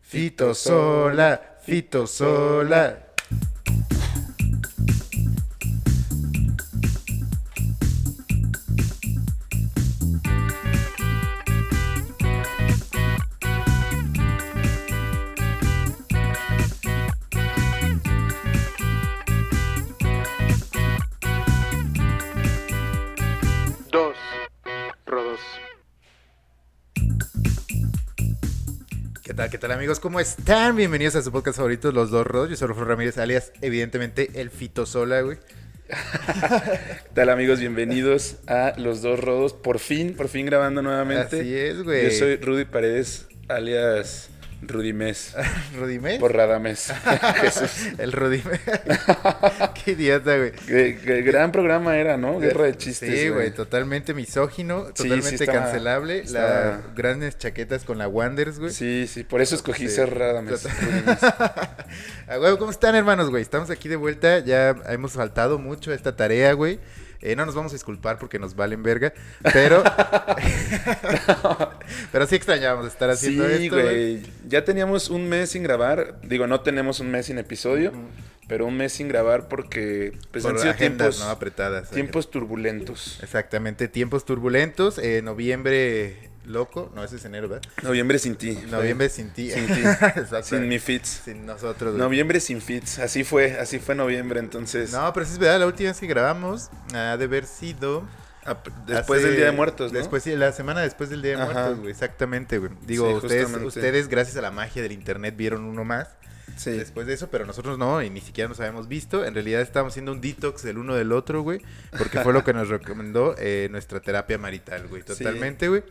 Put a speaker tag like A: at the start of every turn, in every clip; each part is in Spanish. A: Fito sola, Fito sola.
B: Dos rodos.
A: ¿Qué tal, qué tal amigos? ¿Cómo están? Bienvenidos a su podcast favorito, Los Dos Rodos. Yo soy Rolfo Ramírez, alias, evidentemente, el Fito sola, güey.
B: ¿Qué tal amigos? Bienvenidos a Los Dos Rodos. Por fin, por fin grabando nuevamente.
A: Así es, güey.
B: Yo soy Rudy Paredes, alias Rudimés.
A: ¿Rodimés?
B: Por Radamés. Jesús.
A: El Rodimés. qué idiota, güey.
B: Qué- qué gran programa era, ¿no? Guerra de chistes.
A: Sí, güey, totalmente misógino,
B: Sí, sí,
A: totalmente
B: está-
A: cancelable.
B: está-
A: Las grandes chaquetas con la Wanders, güey.
B: Sí, sí, por eso escogí
A: Sí.
B: ser Radamés.
A: Total-
B: Rudimés.
A: Ah, güey, ¿Cómo están, hermanos, güey? Estamos aquí de vuelta. Ya hemos faltado mucho a esta tarea, güey. Eh, no nos vamos a disculpar porque nos valen verga, pero... pero sí extrañábamos estar haciendo
B: Sí,
A: esto, güey.
B: güey. Ya teníamos un mes sin grabar. Digo, no tenemos un mes sin episodio, pero un mes sin grabar porque pues,
A: Por
B: han sido
A: agendas,
B: tiempos,
A: ¿no? Apretadas.
B: tiempos turbulentos.
A: Exactamente, tiempos turbulentos. eh, noviembre loco. No, ese es enero, ¿verdad?
B: Noviembre sin ti.
A: Noviembre sin ti.
B: Sin ti.
A: Exacto.
B: Sin mi fits.
A: Sin nosotros, güey.
B: Noviembre sin fits. Así fue, así fue noviembre. Entonces,
A: No, pero sí es verdad, la última vez que grabamos ha de haber sido...
B: ap- después
A: hace-
B: del Día de Muertos, ¿no?
A: Después, sí, la semana después del Día de
B: Ajá.
A: Muertos, güey. Exactamente, güey. Digo,
B: Sí,
A: ustedes,
B: justamente.
A: ustedes, gracias a la magia del internet, vieron uno más
B: Sí.
A: después de eso, pero nosotros no, y ni siquiera nos habíamos visto. En realidad estábamos haciendo un detox del uno del otro, güey, porque fue lo que nos recomendó eh, nuestra terapia marital, güey.
B: Sí.
A: Totalmente, güey.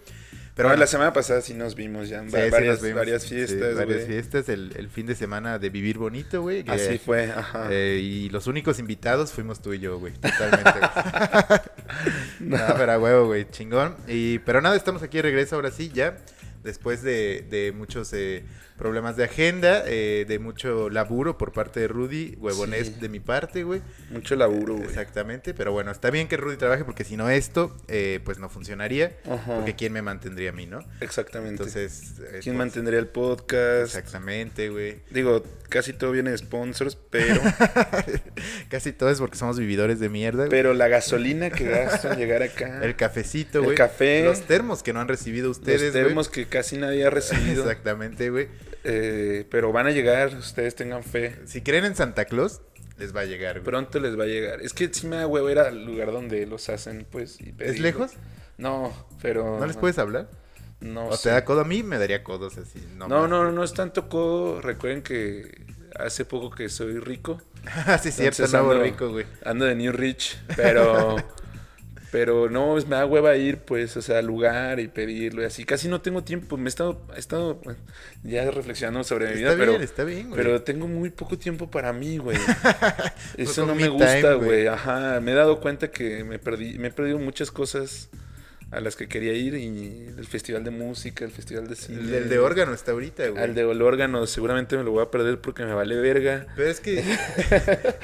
A: Pero
B: Pero
A: bueno,
B: la semana pasada sí nos vimos ya. en
A: sí,
B: va-
A: sí
B: varias,
A: nos vimos.
B: varias
A: Sí,
B: fiestas,
A: varias
B: güey.
A: fiestas, el, el fin de semana de vivir bonito, güey. que-
B: Así fue, ajá.
A: eh, y los únicos invitados fuimos tú y yo, güey. Totalmente. güey. no, pero a huevo, güey. Chingón. Y, pero nada, estamos aquí de regreso ahora sí, ya. Después de, de muchos eh, problemas de agenda, eh, de mucho laburo por parte de Rudy, huevones
B: Sí.
A: de mi parte, güey.
B: Mucho laburo, güey.
A: Exactamente, pero bueno, está bien que Rudy trabaje porque si no esto, eh, pues no funcionaría.
B: Ajá.
A: Porque ¿quién me mantendría a mí, no?
B: Exactamente.
A: Entonces, eh, pues,
B: ¿Quién mantendría el podcast?
A: Exactamente, güey.
B: Digo, casi todo viene de sponsors, pero,
A: Casi todo es porque somos vividores de mierda, güey.
B: pero la gasolina que gasta en llegar acá.
A: El cafecito,
B: El
A: güey.
B: café.
A: Los termos que no han recibido ustedes,
B: los
A: güey.
B: termos que casi nadie ha recibido.
A: Exactamente, güey.
B: Eh, pero van a llegar, ustedes tengan fe.
A: Si creen en Santa Claus, les va a llegar, güey.
B: Pronto les va a llegar. Es que sí me da huevo ir al lugar donde los hacen, pues. y
A: ¿Es
B: pedirlo.
A: lejos?
B: No, pero.
A: ¿No les puedes hablar?
B: No,
A: ¿O te
B: sé.
A: da codo? A mí me daría codos así. No,
B: no,
A: más.
B: no, no es tanto codo. Recuerden que hace poco que soy rico.
A: sí, es cierto,
B: Entonces,
A: nuevo
B: ando-
A: rico, güey.
B: Ando de New Rich, pero. Pero no, pues, me da hueva ir, pues, o sea, al lugar y pedirlo y así. Casi no tengo tiempo. Me he estado, he estado bueno, ya reflexionando sobre mi vida,
A: Está bien,
B: pero
A: está bien, güey.
B: Pero tengo muy poco tiempo para mí, güey. Eso
A: Poco
B: no
A: me
B: me gusta,
A: time, güey.
B: güey. Ajá, me he dado cuenta que me perdí, me he perdido muchas cosas a las que quería ir y el festival de música, el festival de cine.
A: El, el de órgano está ahorita, güey.
B: Al de el órgano seguramente me lo voy a perder porque me vale verga.
A: Pero es que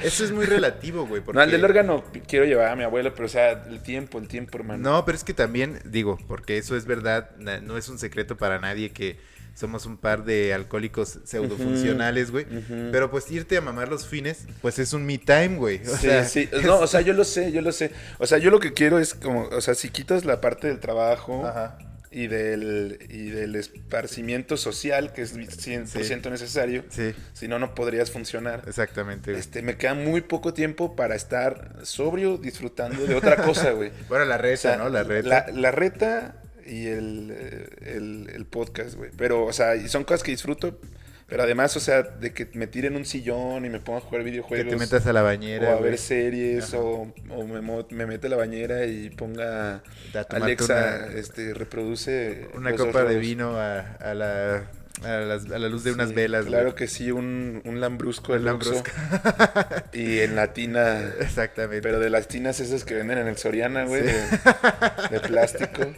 A: eso es muy relativo, güey.
B: No, al
A: porque-
B: del órgano quiero llevar a mi abuelo, pero o sea, el tiempo, el tiempo, hermano.
A: No, pero es que también, digo, porque eso es verdad, na- no es un secreto para nadie que somos un par de alcohólicos pseudofuncionales, güey.
B: ujú.
A: Pero pues irte a mamar los fines, pues es un me time, güey. O
B: sí,
A: sea,
B: sí. No, o sea, yo lo sé, yo lo sé. O sea, yo lo que quiero es como, o sea, si quitas la parte del trabajo
A: Ajá.
B: y del, y del esparcimiento social, que es 100% necesario,
A: Sí,
B: si no, no podrías funcionar.
A: exactamente, güey.
B: Este, me queda muy poco tiempo para estar sobrio disfrutando de otra cosa, güey.
A: Bueno, la reta,
B: O sea,
A: ¿no? La reta.
B: La, la reta y el, eh, el- el podcast, güey. Pero, o sea, y son cosas que disfruto. Pero además, o sea, de que me tiren un sillón y me pongan a jugar
A: que
B: videojuegos.
A: te metas a la
B: O
A: bañera,
B: a
A: güey.
B: ver series, o, o me, mo- me mete a la bañera y ponga
A: a tomarte
B: Alexa,
A: una-
B: este, reproduce.
A: Una
B: los
A: copa de
B: horrores".
A: vino a, a la, a, las- a la luz de unas
B: Sí,
A: velas,
B: Claro
A: güey.
B: que sí, un, un lambrusco
A: Un
B: del Oxxo.
A: lambrusco.
B: y en la tina,
A: Exactamente.
B: pero de las tinas esas que venden en el Soriana, güey,
A: Sí.
B: de- de plástico.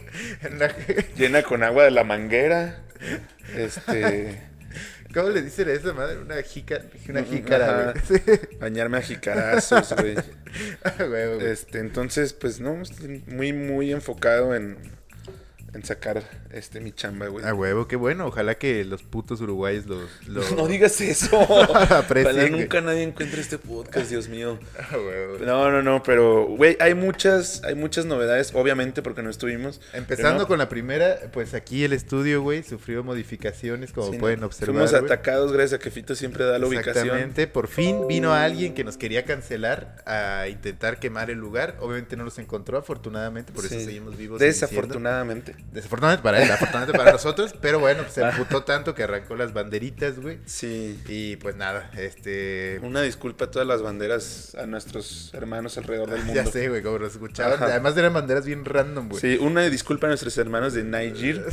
B: llena con agua de la manguera. Este.
A: ¿Cómo le dicen a esa madre? Una jica, una
B: Ajá.
A: jícara, güey. Sí.
B: Bañarme a jicarazos, güey.
A: Ah, güey, güey.
B: Este, entonces, pues no, estoy muy, muy enfocado en, en sacar este mi chamba, güey.
A: A huevo, qué bueno. Ojalá que los putos uruguayos los. los-
B: No digas eso.
A: Aprecien,
B: Ojalá
A: güey.
B: nunca nadie encuentre este podcast, Dios mío.
A: A huevo.
B: No, no, no, pero güey, hay muchas, hay muchas novedades, obviamente, porque no estuvimos.
A: Empezando
B: Primero,
A: con la primera, pues aquí el estudio, güey, sufrió modificaciones, como
B: sí,
A: pueden
B: no,
A: observar.
B: Fuimos
A: güey.
B: atacados gracias a que Fito siempre da la ubicación.
A: Exactamente, por fin vino alguien que nos quería cancelar a intentar quemar el lugar. Obviamente no los encontró, afortunadamente, por eso
B: Sí.
A: seguimos vivos. y
B: Desafortunadamente.
A: diciendo. Desafortunadamente para él, afortunadamente para nosotros, pero bueno, pues se emputó tanto que arrancó las banderitas, güey.
B: Sí.
A: Y pues nada, este...
B: Una disculpa a todas las banderas, a nuestros hermanos alrededor del mundo.
A: Ya sé, güey, como los escuchaban.
B: Ajá.
A: Además eran banderas bien random, güey.
B: Sí, una disculpa a nuestros hermanos de Niger.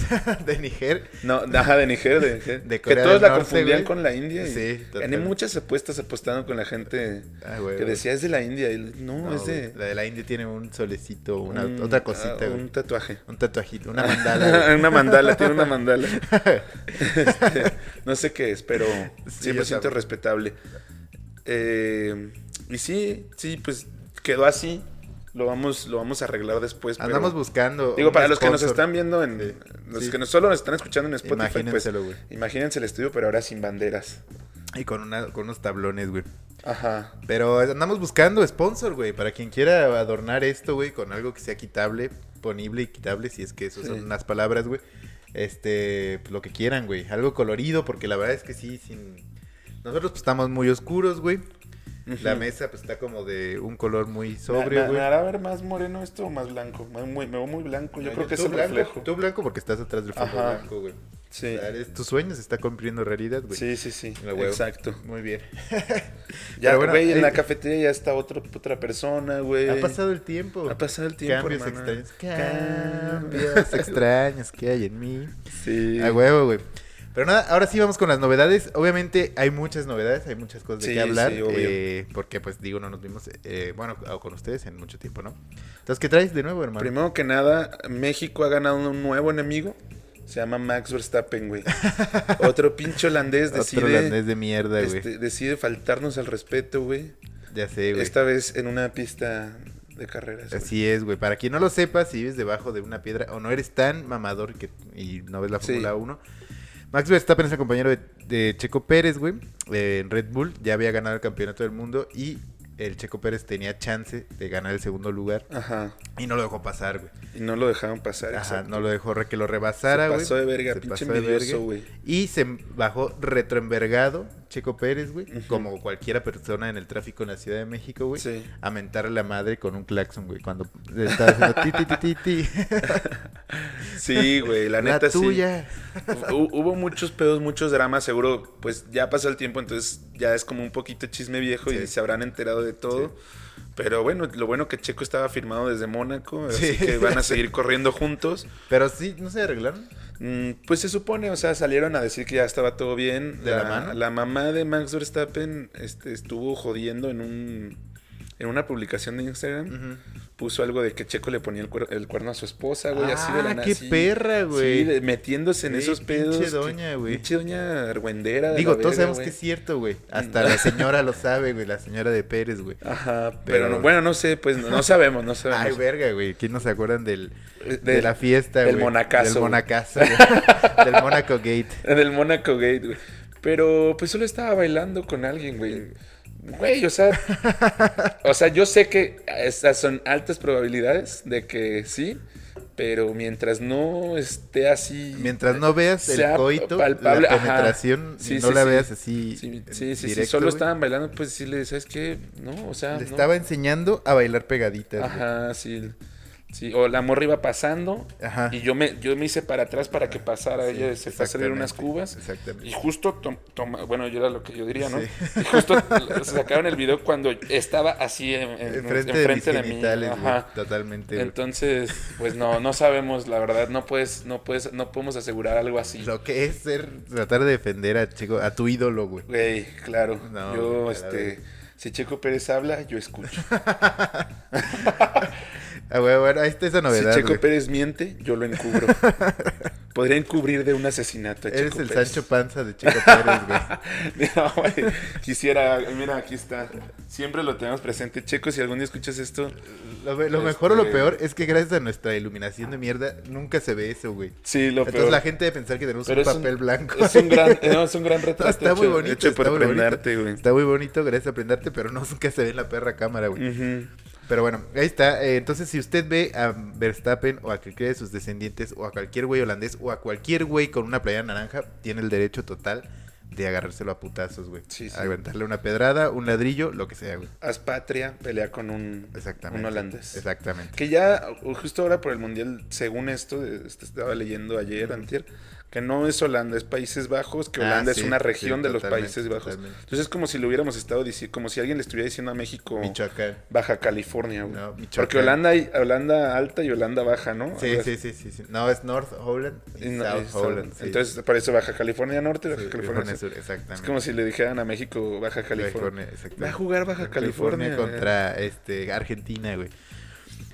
A: de Niger.
B: No, de- ajá, de Niger, de,
A: De
B: que
A: Corea
B: todos
A: del
B: la
A: Norte,
B: confundían
A: güey.
B: con la India. y
A: Sí,
B: Gané
A: totalmente.
B: muchas apuestas apostando con la gente
A: Ah, güey,
B: que
A: güey.
B: decía es de la India. y no,
A: No,
B: es de
A: güey, La de la India tiene un solecito, una,
B: Pues un-
A: otra
B: ah,
A: cosita, güey.
B: un tatuaje.
A: Un tatuajito, una mandala. güey.
B: una mandala, tiene una mandala. Este, no sé qué es, pero
A: Sí,
B: 100%
A: ya sabes.
B: respetable. Eh, y sí, sí, pues quedó así. Lo vamos, lo vamos a arreglar después. pero-
A: Andamos buscando.
B: Digo,
A: un
B: para los que nos
A: sponsor.
B: están viendo en.
A: Sí,
B: Los
A: sí.
B: que no, solo nos están escuchando en Spotify,
A: Imagínenselo,
B: pues.
A: güey.
B: Imagínense el estudio, pero ahora sin banderas.
A: Y con, una, con unos tablones, güey.
B: Ajá.
A: Pero andamos buscando sponsor, güey. Para quien quiera adornar esto, güey, con algo que sea quitable, ponible y quitable, si es que eso
B: Sí.
A: son unas palabras, güey. Este, pues, lo que quieran, güey. Algo colorido, porque la verdad es que sí, sin. Nosotros pues, estamos muy oscuros, güey. La
B: Ujú.
A: mesa pues está como de un color muy
B: ¿Me,
A: sobrio,
B: me
A: güey.
B: hará ver más moreno esto o más blanco? Me, me- me veo muy blanco. Yo creo que es
A: Tú
B: el
A: blanco,
B: reflejo.
A: Tú blanco porque estás atrás del fondo
B: Ajá.
A: blanco, güey.
B: Sí.
A: O sea, es- Tus sueños se está cumpliendo realidad, güey.
B: Sí, sí, sí.
A: La huevo.
B: Exacto.
A: Muy bien.
B: Ya,
A: Pero bueno, eh,
B: güey, en
A: ahí-
B: la cafetería ya está otro- otra persona, güey.
A: Ha pasado el tiempo.
B: Eh, Ha pasado el tiempo,
A: Cambios
B: hermana.
A: extraños.
B: Cambios.
A: Cambios extraños que hay en mí.
B: Sí.
A: A huevo, Ah, güey. Pero nada, ahora sí vamos con las novedades. Obviamente hay muchas novedades, hay muchas cosas de
B: Sí,
A: qué hablar.
B: sí, obvio.
A: eh, porque, pues, digo, no nos vimos, eh, bueno, o con ustedes en mucho tiempo, ¿no? Entonces, ¿qué traes de nuevo, hermano?
B: Primero que nada, México ha ganado un nuevo enemigo. Se llama Max Verstappen, güey. Otro pinche holandés decide,
A: Otro holandés de mierda, güey.
B: eh, este, decide faltarnos al respeto, güey.
A: ya sé, güey.
B: Esta vez en una pista de carreras. güey.
A: Así es, güey. Para quien no lo sepa, si vives debajo de una piedra o no eres tan mamador que, y no ves la
B: Sí.
A: Fórmula 1. Max Verstappen es el compañero de, de Checo Pérez, güey, eh, en Red Bull. Ya había ganado el campeonato del mundo y el Checo Pérez tenía chance de ganar el segundo lugar
B: Ajá.
A: y no lo dejó pasar, güey.
B: Y no lo dejaron pasar.
A: Ajá,
B: exacto.
A: no lo dejó re- que lo rebasara,
B: Se
A: güey.
B: pasó de verga,
A: Se
B: pinche
A: pasó de verga.
B: envidioso, güey.
A: Y se bajó retroenvergado Checo Pérez, güey,
B: Ujú.
A: como cualquiera persona en el tráfico en la Ciudad de México, güey
B: Sí.
A: a mentarle la madre con un claxon, güey, cuando le estaba haciendo ti, ti, ti, ti, ti.
B: Sí, güey, la
A: La,
B: neta sí.
A: tuya.
B: Hu- Hubo muchos pedos, muchos dramas, seguro, pues ya pasó el tiempo, entonces ya es como un poquito chisme viejo y
A: Sí.
B: se habrán enterado de todo. Pero bueno, lo bueno que Checo estaba firmado desde Mónaco, así
A: Sí.
B: que van a seguir corriendo juntos.
A: Pero sí, ¿no se arreglaron?
B: Mm, Pues se supone, o sea, salieron a decir que ya estaba todo bien.
A: ¿De la mano?
B: mamá de Max Verstappen este, estuvo jodiendo en un en una publicación de Instagram. Puso algo de que Checo le ponía el, cuer- el cuerno a su esposa, güey, así de la
A: Ah,
B: nada,
A: qué
B: sí.
A: perra, güey.
B: Sí, de- metiéndose en
A: Sí,
B: esos
A: pinche
B: pedos. que-
A: doña, güey.
B: Pinche doña argüendera. de
A: Digo,
B: la
A: todos
B: verga,
A: sabemos
B: güey.
A: que
B: Mm.
A: es cierto, güey. Hasta la señora lo sabe, güey, la señora de Pérez, güey.
B: Ajá, pero,
A: Pero-
B: no- bueno, no sé, pues no, no sabemos, no sabemos.
A: Ay, verga, güey. ¿Quién no se acuerdan del,
B: Eh,
A: de,
B: del-
A: la fiesta,
B: del
A: güey?
B: monacazo,
A: Del
B: güey.
A: monacazo, güey. del Monaco Gate.
B: Del Monaco Gate, güey. Pero pues solo estaba bailando con alguien, güey. Güey, o sea, o sea, yo sé que esas son altas probabilidades de que sí, pero mientras no esté así,
A: Mientras no veas el
B: Sea
A: coito,
B: palpable,
A: la
B: ajá.
A: penetración,
B: Sí,
A: no
B: sí,
A: la
B: sí.
A: veas así.
B: sí,
A: en
B: sí, sí, sí,
A: directo,
B: solo
A: güey.
B: estaban bailando, pues sí le ¿sabes qué? No, o sea,
A: Le
B: no.
A: estaba enseñando a bailar pegaditas, güey.
B: Ajá, sí. Sí, o la morra iba pasando
A: Ajá. Ah,
B: y yo me, yo me hice para atrás para que pasara. Ella se fue a servir unas cubas
A: Exactamente.
B: y justo tom- toma, bueno, yo era lo que yo diría, ¿no?
A: Sí.
B: Y justo se sacaron el video cuando estaba así en, en-
A: Enfrente, de mis
B: enfrente de, mí.
A: genitales, güey,
B: Ajá.
A: Totalmente. güey.
B: Entonces, pues no, no sabemos, la verdad, no puedes, no puedes, no podemos asegurar algo así.
A: Lo que es ser, tratar de defender a Chico, a tu ídolo, güey.
B: Güey, claro.
A: No,
B: yo,
A: güey, a la
B: este,
A: verga.
B: si Checo Pérez habla, yo escucho.
A: Ah, güey, bueno, ahí está esa novedad.
B: si Checo
A: güey.
B: Pérez miente, yo lo encubro. Podrían cubrir de un asesinato. a
A: Eres
B: Checo
A: el
B: Pérez.
A: Sancho Panza de Chico Pérez, güey.
B: No, güey, Quisiera, mira, aquí está. Siempre lo tenemos presente. Checo, si algún día escuchas esto,
A: Lo, ve- lo mejor o lo
B: Este-
A: peor es que gracias a nuestra iluminación de mierda nunca se ve eso, güey.
B: sí, lo
A: Entonces
B: peor.
A: la gente debe pensar que tenemos
B: Pero
A: un
B: es un-
A: papel blanco.
B: Es un gran, eh, no, es un gran retrato.
A: está muy
B: hecho-
A: bonito,
B: Hecho por
A: está muy bonito.
B: prenderte, güey.
A: Está muy bonito, gracias a prendarte, pero no nunca se ve en la perra cámara, güey.
B: Ujú.
A: Pero bueno, ahí está. Eh, entonces, si usted ve a Verstappen o a cualquiera de sus descendientes o a cualquier güey holandés o a cualquier güey con una playera naranja, tiene el derecho total de agarrárselo a putazos, güey.
B: Sí, sí.
A: Aventarle una pedrada, un ladrillo, lo que sea, güey.
B: Haz patria, pelea con un,
A: Exactamente.
B: un holandés.
A: Exactamente.
B: Que ya, o- justo ahora por el mundial, según esto, eh, este, estaba leyendo ayer, antier, que no es Holanda, es Países Bajos, que
A: Ah,
B: Holanda
A: sí,
B: es una
A: sí,
B: región de los
A: totalmente,
B: Países Bajos.
A: totalmente.
B: Entonces Pues es como si lo hubiéramos estado diciendo, como si alguien le estuviera diciendo a México
A: Michoacán.
B: Baja California, güey.
A: No, Michoacán.
B: Porque Holanda, y- Holanda alta y Holanda baja, ¿no?
A: Sí, sí, sí, sí, sí. No, es North Holland y
B: No,
A: South
B: es-
A: Holland. sí.
B: Entonces parece Baja California Norte,
A: Sí,
B: Baja California Sur.
A: Sur, exactamente.
B: Es como si le dijeran a México Baja California.
A: California, exactamente.
B: Va a jugar Baja California.
A: contra este Argentina, güey.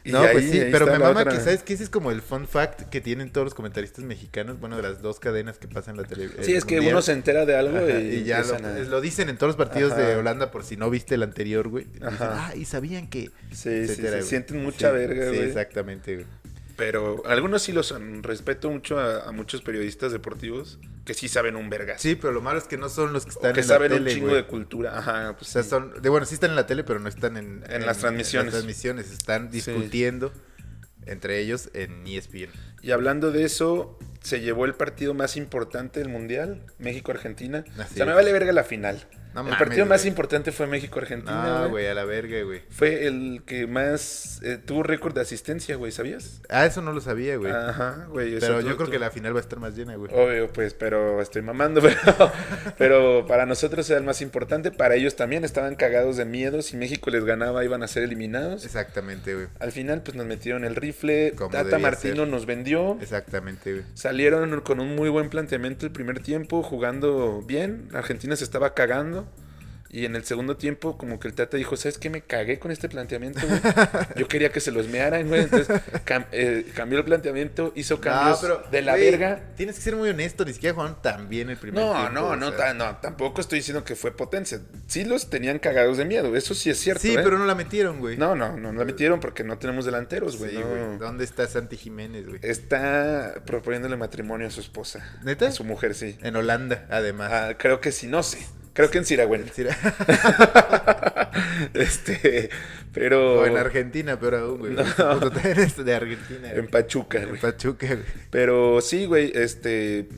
B: Y
A: No, pues
B: ahí-
A: sí,
B: ahí
A: pero me
B: está la
A: mama
B: otra.
A: que, ¿sabes qué? Ese es como el fun fact que tienen todos los comentaristas mexicanos, bueno, de las dos cadenas que pasan la televisión.
B: Sí, es que uno se entera de algo y,
A: y ya lo,
B: empiezan a-
A: lo dicen en todos los partidos de
B: Ajá.
A: Holanda por si no viste el anterior, güey. Dicen,
B: Ajá.
A: ah, y sabían que...
B: Sí, sí,
A: etcétera,
B: se
A: güey.
B: sienten mucha
A: Sí,
B: verga,
A: Sí,
B: güey.
A: exactamente, güey.
B: Pero algunos sí lo son. Respeto mucho a, a muchos periodistas deportivos que sí saben un verga.
A: Sí, pero lo malo es que no son los que
B: O
A: están
B: que
A: en la
B: saben un
A: tele,
B: chingo
A: güey.
B: de cultura. Ajá, pues
A: O sea,
B: sí.
A: son, de, bueno, sí están en la tele, pero no están en,
B: En las transmisiones.
A: las transmisiones, están discutiendo entre ellos en E ESPN.
B: Y hablando de eso, se llevó el partido más importante del Mundial, México-Argentina.
A: Así
B: o sea, me
A: es.
B: vale verga la final.
A: No
B: el
A: mames,
B: partido más
A: güey.
B: importante fue México-Argentina.
A: No,
B: güey.
A: güey, a la verga, güey.
B: Fue el que más eh, tuvo récord de asistencia, güey, ¿sabías?
A: Ah, eso no lo sabía, güey.
B: Ajá, güey. o sea,
A: pero
B: tú-
A: yo creo
B: tú-
A: que la final va a estar más llena, güey.
B: Obvio, pues, pero estoy mamando, pero, pero para nosotros era el más importante, para ellos también estaban cagados de miedo, si México les ganaba iban a ser eliminados.
A: Exactamente, güey.
B: Al final, pues nos metieron el rifle,
A: Como
B: Tata
A: debía
B: Martino
A: ser.
B: nos vendió,
A: Exactamente, güey.
B: salieron con un muy buen planteamiento el primer tiempo, jugando bien, Argentina se estaba cagando. Y en el segundo tiempo, como que el Tata dijo, ¿sabes qué? Me cagué con este planteamiento, güey. Yo quería que se los mearan, güey. Entonces cam- eh, cambió el planteamiento, hizo cambios de la
A: güey,
B: verga.
A: Tienes que ser muy honesto, ni siquiera jugaron tan bien el primer
B: No,
A: tiempo.
B: no,
A: o
B: no,
A: sea.
B: ta- no, tampoco estoy diciendo que fue potencia. Sí los tenían cagados de miedo, eso sí es cierto.
A: Sí,
B: ¿eh?
A: pero no la metieron, güey.
B: No, no, no la metieron porque no tenemos delanteros, güey.
A: Sí,
B: no. Eh.
A: güey. ¿Dónde está Santi Jiménez, güey?
B: Está proponiéndole matrimonio a su esposa.
A: ¿Neta?
B: A su mujer, sí.
A: En Holanda, además.
B: Ah, creo que sí, no sé. Creo que en Siragüen.
A: Sí, era-
B: este, pero
A: O en Argentina, pero aún, güey.
B: Oh. No.
A: Puto, también es de Argentina.
B: en
A: güey.
B: Pachuca,
A: En
B: güey.
A: Pachuca, güey.
B: Pero sí, güey, este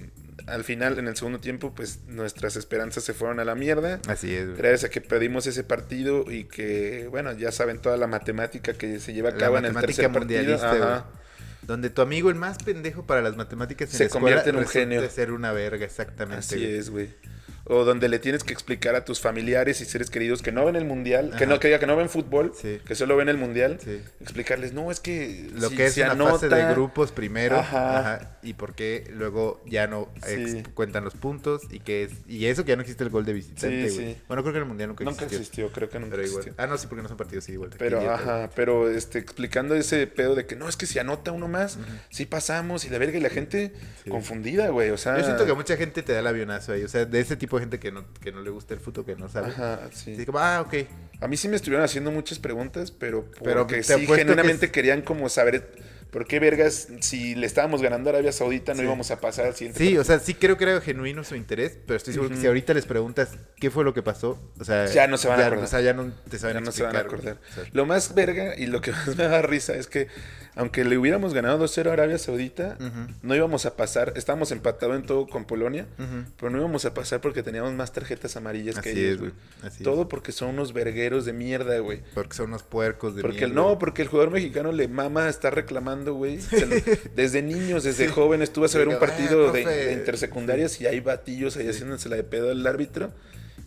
B: al final en el segundo tiempo pues nuestras esperanzas se fueron a la mierda.
A: Así es, güey.
B: Gracias a que perdimos ese partido y que, bueno, ya saben toda la matemática que se lleva a
A: La
B: cabo en el
A: matemática
B: tercer partido.
A: mundialista, güey.
B: Ajá.
A: Donde tu amigo, el más pendejo para las matemáticas, en
B: Se
A: la escuela,
B: convierte en un
A: resulta
B: genio.
A: ser una verga, exactamente.
B: Así
A: güey.
B: es, güey. O donde le tienes que explicar a tus familiares y seres queridos que no ven el mundial, que
A: Ajá.
B: no que, diga que no ven fútbol,
A: Sí.
B: que solo ven el mundial,
A: Sí.
B: explicarles, no, es que
A: Lo
B: si
A: que es
B: se
A: una fase
B: anota,
A: de grupos primero.
B: Ajá.
A: ajá, y por qué luego ya no ex-
B: Sí.
A: cuentan los puntos. Y que es y eso que ya no existe el gol de visitante,
B: Sí,
A: güey.
B: sí.
A: Bueno, creo que en el Mundial nunca,
B: Nunca
A: existió.
B: existió, creo que nunca
A: Pero
B: existió.
A: igual. Ah, no, sí, porque no son partidos sí, igual.
B: Pero,
A: Qué idiota, güey.
B: ajá, pero este, explicando ese pedo de que no, es que si anota uno más, sí pasamos y la verga y la gente
A: Sí.
B: confundida, güey. O sea,
A: Yo siento que mucha gente te da el avionazo ahí. O sea, de ese tipo de gente que no, que no le gusta el fútbol, que no sabe.
B: Ajá, sí.
A: Así como, ah, ok.
B: A mí sí me estuvieron haciendo muchas preguntas, pero porque
A: Pero te
B: sí
A: apuesto que
B: genuinamente
A: es-
B: querían como saber por qué vergas si le estábamos ganando a Arabia Saudita no
A: Sí.
B: íbamos a pasar al siguiente.
A: Sí,
B: partido.
A: o sea, sí creo que era genuino su interés, pero estoy seguro que si ahorita les preguntas qué fue lo que pasó, o sea,
B: Ya no se van a acordar.
A: O sea, ya no te saben
B: Ya no se van a
A: explicar, güey.
B: acordar.
A: O sea,
B: Lo más verga y lo que más me da risa es que aunque le hubiéramos ganado 2-0 a Arabia Saudita,
A: Ujú.
B: no íbamos a pasar, estábamos empatados en todo con Polonia,
A: Ujú.
B: pero no íbamos a pasar porque teníamos más tarjetas amarillas que
A: Así
B: ellos,
A: es,
B: güey.
A: güey. Así
B: Todo
A: es.
B: porque son unos vergueros de mierda, güey.
A: Porque son unos puercos de
B: Porque el,
A: mierda.
B: no, porque el jugador mexicano le mama estar reclamando, güey. Se lo- Desde niños, desde jóvenes, tú vas a ver
A: Digo,
B: un partido
A: "Ah,
B: de,
A: profe".
B: de intersecundarias y hay batillos ahí haciéndose la de pedo al árbitro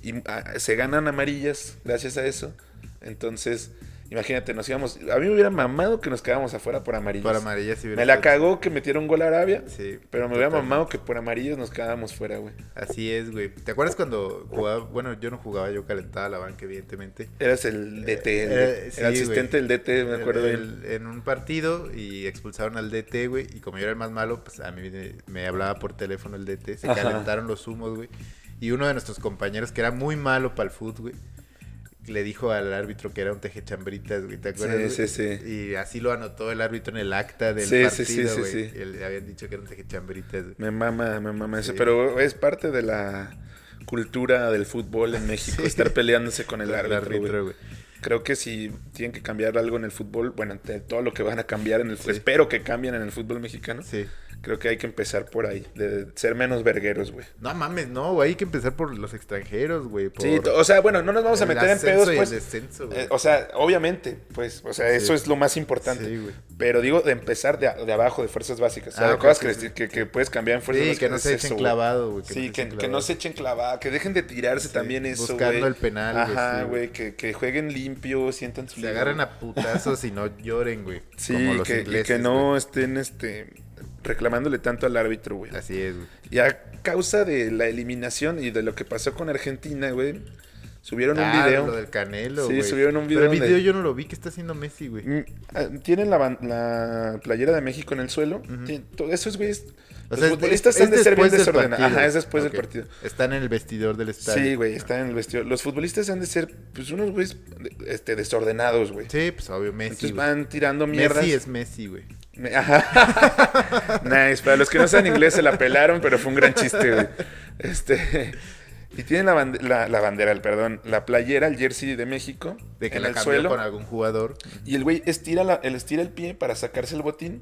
B: y ah, se ganan amarillas gracias a eso. Entonces, Imagínate, nos íbamos. A mí me hubiera mamado que nos quedábamos afuera por amarillos.
A: Para amarilla sí hubiera
B: me la
A: estado-
B: cagó que metieron gol a Arabia.
A: Sí.
B: Pero me hubiera
A: totalmente.
B: mamado que por amarillos nos quedábamos fuera, güey.
A: Así es, güey. ¿Te acuerdas cuando jugaba? Bueno, yo no jugaba, yo calentaba la banca, evidentemente.
B: Eras el DT, el,
A: Era-
B: era
A: Eh, sí,
B: asistente
A: güey.
B: del DT, me acuerdo.
A: El-
B: del-
A: el- en un partido y expulsaron al DT, güey. Y como yo era el más malo, pues a mí me, me hablaba por teléfono el DT. Se
B: Ajá.
A: calentaron los humos, güey. Y uno de nuestros compañeros, que era muy malo para el fútbol, güey, le dijo al árbitro que era un teje chambritas, güey. ¿Te acuerdas?
B: Sí,
A: güey?
B: sí, sí.
A: Y así lo anotó el árbitro en el acta del
B: Sí, sí, sí,
A: partido,
B: sí,
A: güey.
B: sí.
A: Y le habían dicho que era un teje chambritas, güey.
B: Me mama, me mama
A: Sí.
B: eso. Pero es parte de la cultura del fútbol en México,
A: Sí.
B: estar peleándose con el árbitro. güey.
A: güey.
B: Creo que si tienen que cambiar algo en el fútbol, bueno, de todo lo que van a cambiar en el fútbol, espero que cambien en el fútbol mexicano.
A: Sí.
B: Creo que hay que empezar por ahí, de ser menos vergueros, güey.
A: No mames, no, güey. Hay que empezar por los extranjeros, güey. por
B: Sí, to- o sea, bueno, no nos vamos a
A: el
B: meter en
A: ascenso
B: pedos,
A: y el
B: pues.
A: descenso, güey.
B: Eh, o sea, obviamente, pues, o sea,
A: Sí.
B: eso es lo más importante.
A: Sí, güey.
B: Pero digo, de empezar de, a- de abajo, de fuerzas básicas. O sea,
A: Ah,
B: de
A: ok,
B: cosas
A: sí,
B: que,
A: sí.
B: que- que puedes cambiar en fuerzas
A: Sí,
B: básicas.
A: que no se
B: es
A: echen
B: eso, güey.
A: clavado, güey. se
B: Sí, que,
A: echen
B: que no
A: clavado.
B: se echen clavada, que dejen de tirarse
A: Sí,
B: también eso, güey.
A: buscando el penal, güey,
B: Ajá,
A: sí, güey.
B: güey, que, que jueguen limpio, sientan su
A: Se
B: liga,
A: agarran
B: güey.
A: a putazos y no lloren, güey.
B: Sí,
A: como los
B: que, y
A: ingleses,
B: que no
A: güey.
B: estén este, reclamándole tanto al árbitro, güey.
A: Así es, güey.
B: Y a causa de la eliminación y de lo que pasó con Argentina, güey, subieron
A: Ah,
B: un video.
A: lo del Canelo,
B: Sí,
A: güey.
B: subieron un video
A: Pero el
B: donde-
A: video yo no lo vi. ¿Qué está haciendo Messi, güey?
B: Mm, ah, Tienen la, ban- la playera de México en el suelo.
A: Ujú.
B: Tien- todo eso es, güey. es-
A: O
B: los
A: sea, es-
B: futbolistas
A: es
B: han de ser bien
A: después del
B: desordenados.
A: partido.
B: Ajá, es después
A: Ok.
B: del partido.
A: Están en el vestidor del estadio.
B: Sí, güey, están en el vestido. Los futbolistas han de ser, pues, unos güeyes de- este, desordenados, güey.
A: Sí, pues obvio, Messi,
B: Entonces
A: güey.
B: van tirando mierdas.
A: Messi es Messi, güey.
B: Me- Ajá. nice. Para los que no saben inglés se la pelaron, pero fue un gran chiste, güey. Este. Y tienen la, bande- la, la bandera, el perdón, la playera, el jersey de México.
A: De que
B: en
A: la
B: el
A: cambió
B: suelo.
A: con algún jugador.
B: Y el güey estira, la- el, estira el pie para sacarse el botín.